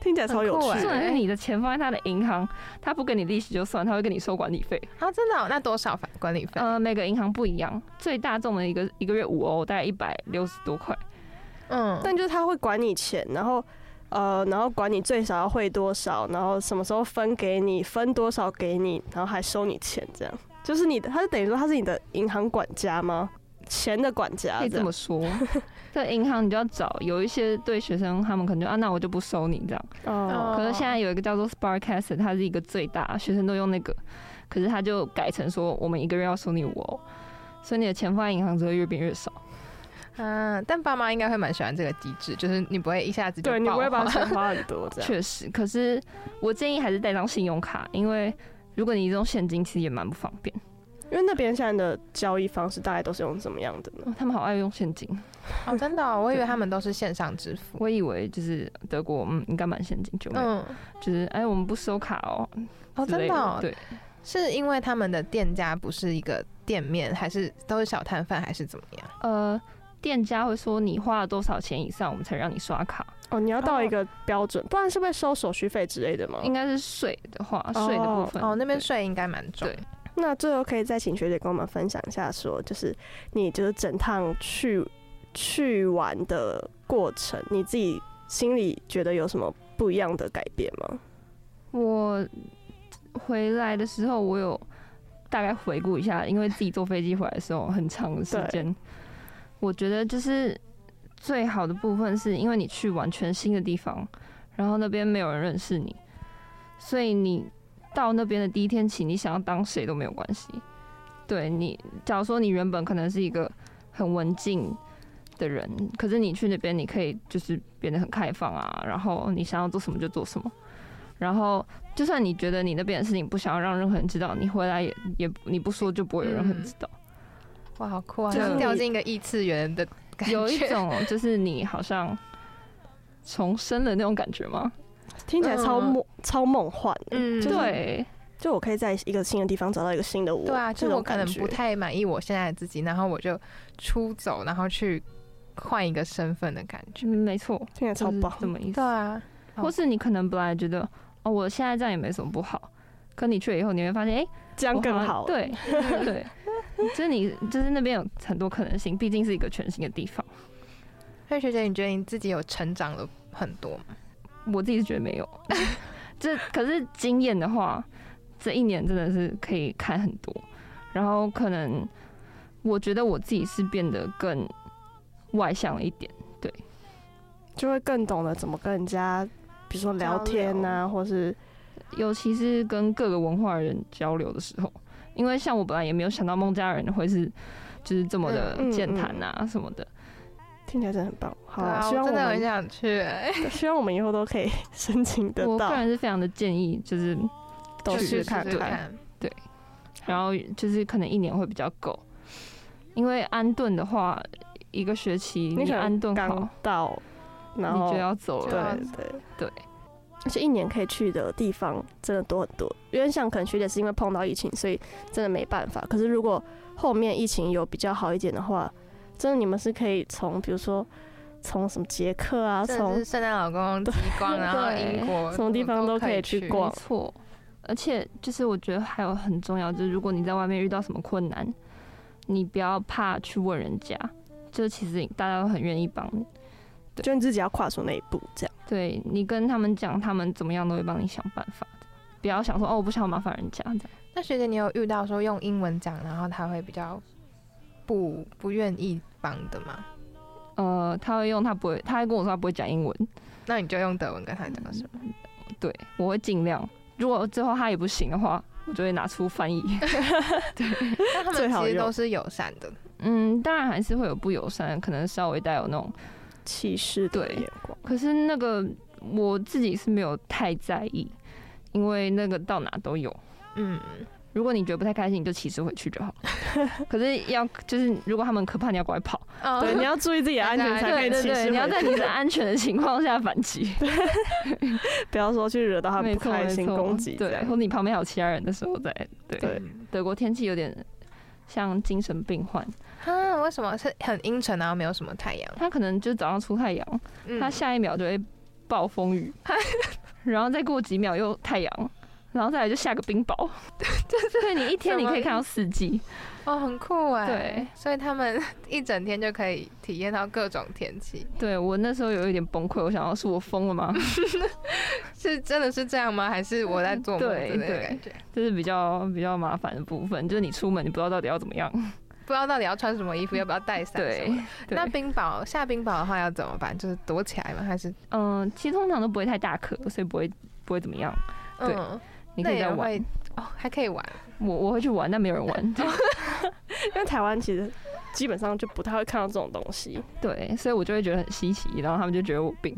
[SPEAKER 2] 听起来超有
[SPEAKER 1] 很酷
[SPEAKER 2] 趣
[SPEAKER 1] 欸
[SPEAKER 4] 重
[SPEAKER 2] 的。
[SPEAKER 4] 点是你的钱放在他的银行，他不给你利息就算，他会跟你收管理费。
[SPEAKER 1] 啊，真的哦、那多少反管理费？
[SPEAKER 4] 呃，每个银行不一样，最大众的一个一个月五欧，大概一百六十多块。
[SPEAKER 1] 嗯，
[SPEAKER 2] 但就是他会管你钱，然后呃，然后管你最少要汇多少，然后什么时候分给你，分多少给你，然后还收你钱，这样就是你的，他是等于说他是你的银行管家吗？钱的管家
[SPEAKER 4] 可以
[SPEAKER 2] 这
[SPEAKER 4] 这
[SPEAKER 2] 样
[SPEAKER 4] 么说， 在银行你就要找有一些对学生，他们可能就啊，那我就不收你这样。
[SPEAKER 2] 哦，
[SPEAKER 4] 可是现在有一个叫做 Sparkcast，它是一个最大，学生都用那个，可是它就改成说我们一个月要收你五欧，所以你的钱放在银行只会越变越少。
[SPEAKER 1] 嗯，但爸妈应该会蛮喜欢这个机制，就是你不会一下子就
[SPEAKER 2] 对，你
[SPEAKER 1] 爆
[SPEAKER 2] 不会把
[SPEAKER 1] 花
[SPEAKER 2] 钱花很多
[SPEAKER 1] 啊
[SPEAKER 2] 这样。
[SPEAKER 4] 确实，可是我建议还是带张信用卡，因为如果你用现金，其实也蛮不方便。
[SPEAKER 1] 嗯
[SPEAKER 2] 因为那边现在的交易方式大概都是用怎么样的呢？
[SPEAKER 4] 哦他们好爱用现金，
[SPEAKER 1] 哦，真的哦、我以为他们都是线上支付。
[SPEAKER 4] 我以为就是德国，嗯，应该蛮现金，就没有、
[SPEAKER 1] 嗯，
[SPEAKER 4] 就是哎，我们不收卡哦，
[SPEAKER 1] 哦，
[SPEAKER 4] 之
[SPEAKER 1] 真
[SPEAKER 4] 类
[SPEAKER 1] 的、哦，
[SPEAKER 4] 对，
[SPEAKER 1] 是因为他们的店家不是一个店面，还是都是小摊贩，还是怎么样？
[SPEAKER 4] 呃，店家会说你花了多少钱以上，我们才让你刷卡。
[SPEAKER 2] 哦，你要到一个标准，不然是会收手续费之类的吗？
[SPEAKER 4] 应该是税的话，税的部分
[SPEAKER 1] 哦，那边
[SPEAKER 4] 对
[SPEAKER 1] 税应该蛮重。
[SPEAKER 4] 对
[SPEAKER 2] 那最后可以再请学姐跟我们分享一下说就是你就是整趟去去玩的过程，你自己心里觉得有什么不一样的改变吗？
[SPEAKER 4] 我回来的时候，我有大概回顾一下，因为自己坐飞机回来的时候很长的时间，我觉得就是最好的部分是因为你去完全新的地方，然后那边没有人认识你，所以你到那边的第一天起，你想要当谁都没有关系。对你，假如说你原本可能是一个很文静的人，可是你去那边，你可以就是变得很开放啊，然后你想要做什么就做什么。然后，就算你觉得你那边的事情不想要让任何人知道，你回来也也你不说就不会有任何人知道。
[SPEAKER 1] 哇，好酷啊！
[SPEAKER 4] 就是
[SPEAKER 1] 像
[SPEAKER 4] 你
[SPEAKER 1] 掉进一个异次元的感觉，
[SPEAKER 4] 有一种就是你好像重生的那种感觉吗？
[SPEAKER 2] 听起来超
[SPEAKER 1] 嗯
[SPEAKER 2] 梦、超梦幻的，
[SPEAKER 1] 嗯，
[SPEAKER 2] 就是
[SPEAKER 4] 对，
[SPEAKER 2] 就我可以在一个新的地方找到一个新的我，
[SPEAKER 1] 对啊，
[SPEAKER 2] 这
[SPEAKER 1] 就是我
[SPEAKER 2] 种
[SPEAKER 1] 可
[SPEAKER 2] 感
[SPEAKER 1] 能
[SPEAKER 2] 觉
[SPEAKER 1] 不。太满意我现在的自己，然后我就出走，然后去换一个身份的感觉。
[SPEAKER 4] 嗯没错，
[SPEAKER 2] 听起来超
[SPEAKER 4] 就是
[SPEAKER 2] 棒，
[SPEAKER 4] 这么意思
[SPEAKER 1] 对。啊，好
[SPEAKER 4] 或是你可能本来觉得哦，我现在这样也没什么不好，可你去了以后，你会发现，哎、
[SPEAKER 2] 这样
[SPEAKER 4] 我
[SPEAKER 2] 更
[SPEAKER 4] 像
[SPEAKER 2] 好。，
[SPEAKER 4] 对 对，就是你就是那边有很多可能性，毕竟是一个全新的地方。
[SPEAKER 1] 所以学姐，你觉得你自己有成长了
[SPEAKER 2] 啊
[SPEAKER 1] 很多吗？
[SPEAKER 4] 我自己是觉得没有， 这可是经验的话，这一年真的是可以看很多，然后可能我觉得我自己是变得更外向了一点。
[SPEAKER 2] 就会更懂得怎么跟人家，比如说聊
[SPEAKER 1] 交
[SPEAKER 2] 天呐、或是
[SPEAKER 4] 尤其是跟各个文化人交流的时候，因为像我本来也没有想到孟加人会是就是这么的
[SPEAKER 2] 嗯嗯
[SPEAKER 4] 健谈啊什么的，
[SPEAKER 2] 听起来真的很棒。好
[SPEAKER 1] 对
[SPEAKER 2] 啊，
[SPEAKER 1] 啊，
[SPEAKER 2] 希望
[SPEAKER 1] 我真
[SPEAKER 2] 我
[SPEAKER 1] 的很
[SPEAKER 2] 们
[SPEAKER 1] 想去、欸，
[SPEAKER 2] 希望我们以后都可以申请得
[SPEAKER 4] 我个
[SPEAKER 2] 到，
[SPEAKER 4] 人是非常的建议，就是
[SPEAKER 2] 都
[SPEAKER 1] 就
[SPEAKER 4] 去
[SPEAKER 1] 是
[SPEAKER 2] 试
[SPEAKER 4] 试
[SPEAKER 2] 看
[SPEAKER 1] 试
[SPEAKER 4] 看
[SPEAKER 1] 看。
[SPEAKER 4] 然后就是可能一年会比较够，因为安顿的话一个学期
[SPEAKER 2] 你
[SPEAKER 4] 你
[SPEAKER 2] 可能
[SPEAKER 4] 安顿
[SPEAKER 2] 刚
[SPEAKER 4] 好，
[SPEAKER 2] 到，然
[SPEAKER 4] 你
[SPEAKER 2] 后
[SPEAKER 4] 就要走
[SPEAKER 1] 就
[SPEAKER 4] 了
[SPEAKER 1] 要。
[SPEAKER 2] 对对
[SPEAKER 4] 对，
[SPEAKER 2] 而且一年可以去的地方真的多很多。因为像可能学姐是因为碰到疫情，所以真的没办法。可是如果后面疫情有比较好一点的话，真的你们是可以从比如说从什么捷克啊，
[SPEAKER 1] 真的
[SPEAKER 2] 从
[SPEAKER 1] 是圣诞老公极光，然后英国
[SPEAKER 2] 什么地方都
[SPEAKER 1] 都
[SPEAKER 2] 可以去
[SPEAKER 1] 去
[SPEAKER 2] 逛
[SPEAKER 4] 没错，而且就是我觉得还有很重要，就是如果你在外面遇到什么困难，你不要怕去问人家，就其实大家都很愿意帮你。
[SPEAKER 2] 就你自己要跨出那一步，这样
[SPEAKER 4] 对你跟他们讲，他们怎么样都会帮你想办法的。不要想说哦，我不想麻烦人家这样。
[SPEAKER 1] 那学姐，你有遇到说用英文讲，然后他会比较不不愿意帮的吗？
[SPEAKER 4] 呃，他会用他不会，他还跟我说他不会讲英文，嗯
[SPEAKER 1] 那你就用德文跟他讲是吗？
[SPEAKER 4] 对，我会尽量。如果最后他也不行的话，我就会拿出 翻译。
[SPEAKER 1] 但他
[SPEAKER 2] 最
[SPEAKER 1] 们
[SPEAKER 2] 好
[SPEAKER 1] 其实
[SPEAKER 2] 用
[SPEAKER 1] 都是友善的，
[SPEAKER 4] 嗯，当然还是会有不友善，可能稍微带有那种，
[SPEAKER 2] 气势的
[SPEAKER 4] 对
[SPEAKER 2] 眼光。
[SPEAKER 4] 可是那个我自己是没有太在意，因为那个到哪都有。
[SPEAKER 1] 嗯，
[SPEAKER 4] 如果你觉得不太开心，你就骑车回去 就好。可是要就是，如果他们很可怕，你要赶快跑。
[SPEAKER 1] 哦
[SPEAKER 2] 对，你要注意自己的安全，才可
[SPEAKER 4] 对
[SPEAKER 2] 以
[SPEAKER 4] 对
[SPEAKER 2] 骑
[SPEAKER 4] 对，
[SPEAKER 2] 士
[SPEAKER 4] 你要
[SPEAKER 2] 回
[SPEAKER 4] 在你的安全的情况下反击。
[SPEAKER 2] 不要说去惹 到他
[SPEAKER 4] 没
[SPEAKER 2] 不
[SPEAKER 4] 错，
[SPEAKER 2] 开
[SPEAKER 4] 没
[SPEAKER 2] 心，
[SPEAKER 4] 错
[SPEAKER 2] 攻击这
[SPEAKER 4] 对，或
[SPEAKER 2] 样。
[SPEAKER 4] 者你旁边还有其他人的时候在。 对，
[SPEAKER 2] 对
[SPEAKER 4] 德国天气有点像精神病患，
[SPEAKER 1] 啊，为什么是很阴沉，然后没有什么太阳？
[SPEAKER 4] 他可能就早上出太阳，
[SPEAKER 1] 嗯
[SPEAKER 4] 他下一秒就会暴风 雨，然后再过几秒又太阳，然后再来就下个冰雹。对你一天你可以看到四季，
[SPEAKER 1] 哦，很酷哎，
[SPEAKER 4] 对，
[SPEAKER 1] 所以他们一整天就可以体验到各种天 气，
[SPEAKER 4] 对我那时候有一点崩溃，我想要是我疯了 吗？
[SPEAKER 1] 是真的是这样吗？还是我在做梦
[SPEAKER 4] 嗯对
[SPEAKER 1] 之类的
[SPEAKER 4] 对
[SPEAKER 1] 感觉？
[SPEAKER 4] 这是比较比较麻烦的部分，就是你出门你不知道到底要怎么 样。
[SPEAKER 1] 不知道到底要穿什么衣服，要不要带伞什
[SPEAKER 4] 对
[SPEAKER 1] 么的？，
[SPEAKER 4] 对
[SPEAKER 1] 那冰雹下冰雹的话要怎么办？就是躲起来吗？还是
[SPEAKER 4] 嗯、其实通常都不会太大颗，所以不会不会怎么样，对
[SPEAKER 1] 嗯，
[SPEAKER 4] 你可
[SPEAKER 1] 那
[SPEAKER 4] 以再
[SPEAKER 1] 也
[SPEAKER 4] 玩。
[SPEAKER 1] 会哦，还可以玩。
[SPEAKER 4] 我我会去玩，但没有 人玩。
[SPEAKER 2] 因为台湾其实基本上就不太会看到这种东西。
[SPEAKER 4] 对，所以我就会觉得很稀奇，然后他们就觉得我有病。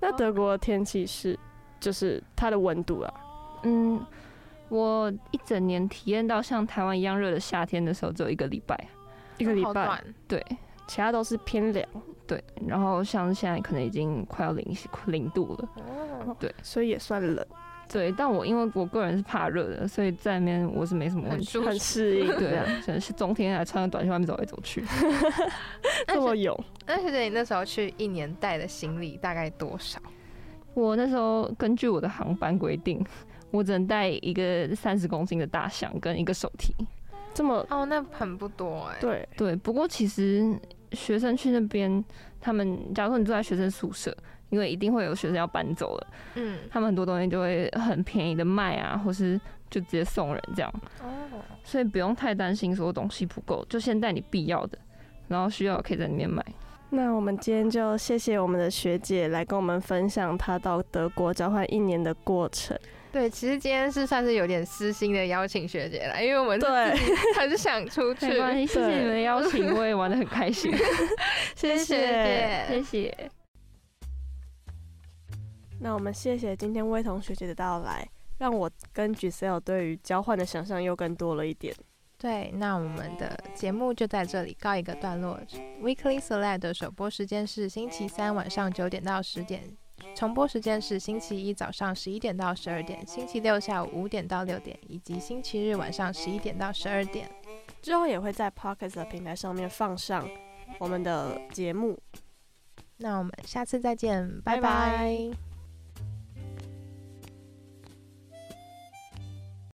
[SPEAKER 2] 那
[SPEAKER 1] 哦
[SPEAKER 2] 德国的天气是，就是它的温度啊，
[SPEAKER 4] 嗯，我一整年体验到像台湾一样热的夏天的时候，只有一个礼拜。
[SPEAKER 2] 一个礼
[SPEAKER 1] 嗯好
[SPEAKER 2] 拜，
[SPEAKER 1] 短
[SPEAKER 4] 对
[SPEAKER 2] 其他都是偏凉，
[SPEAKER 4] 对，然后像现在可能已经快要零零度了。
[SPEAKER 1] 哦，
[SPEAKER 2] 所以也算冷，
[SPEAKER 4] 对，但我因为我个人是怕热的，所以在那边我是没什么问
[SPEAKER 1] 很
[SPEAKER 4] 题。
[SPEAKER 1] 舒
[SPEAKER 2] 很
[SPEAKER 1] 服。
[SPEAKER 2] 适应。这
[SPEAKER 4] 对
[SPEAKER 2] 样，，
[SPEAKER 4] 可能是冬天还穿个短袖外面走来走去。
[SPEAKER 2] 这么勇，
[SPEAKER 1] 那学姐，你那时候去一年带的行李大概多少？
[SPEAKER 4] 我那时候根据我的航班规定，我只能带一个三十公斤的大象跟一个手提。
[SPEAKER 2] 这么
[SPEAKER 1] 哦，那很不多哎。
[SPEAKER 2] 对，
[SPEAKER 4] 对，不过其实学生去那边，他们假如说你住在学生宿舍，因为一定会有学生要搬走了，
[SPEAKER 1] 嗯，
[SPEAKER 4] 他们很多东西就会很便宜的卖啊，或是就直接送人这样，
[SPEAKER 1] 哦，
[SPEAKER 4] 所以不用太担心说东西不够，就先带你必要的，然后需要可以在里面买。
[SPEAKER 2] 那我们今天就谢谢我们的学姐来跟我们分享她到德国交换一年的过程。
[SPEAKER 1] 对，其实今天是算是有点私心的邀请学姐来，因为我们
[SPEAKER 2] 对，
[SPEAKER 1] 还是想出去。
[SPEAKER 4] 没关系，谢谢你们的邀请，我也玩的很开心，
[SPEAKER 2] 谢
[SPEAKER 1] 谢
[SPEAKER 2] 谢。
[SPEAKER 1] 谢
[SPEAKER 4] 谢谢。
[SPEAKER 2] 那我们谢谢今天魏彤学姐的到来，让我跟 Giselle 对于交换的想象又更多了一点。
[SPEAKER 1] 对，那我们的节目就在这里告一个段落。Weekly Select 的首播时间是星期三晚上九点到十点，重播时间是星期一早上十一点到十二点，星期六下午五点到六点，以及星期日晚上十一点到十二点。
[SPEAKER 2] 之后也会在 Pocket 的平台上面放上我们的节目。
[SPEAKER 1] 那我们下次再见，拜拜。
[SPEAKER 2] 拜拜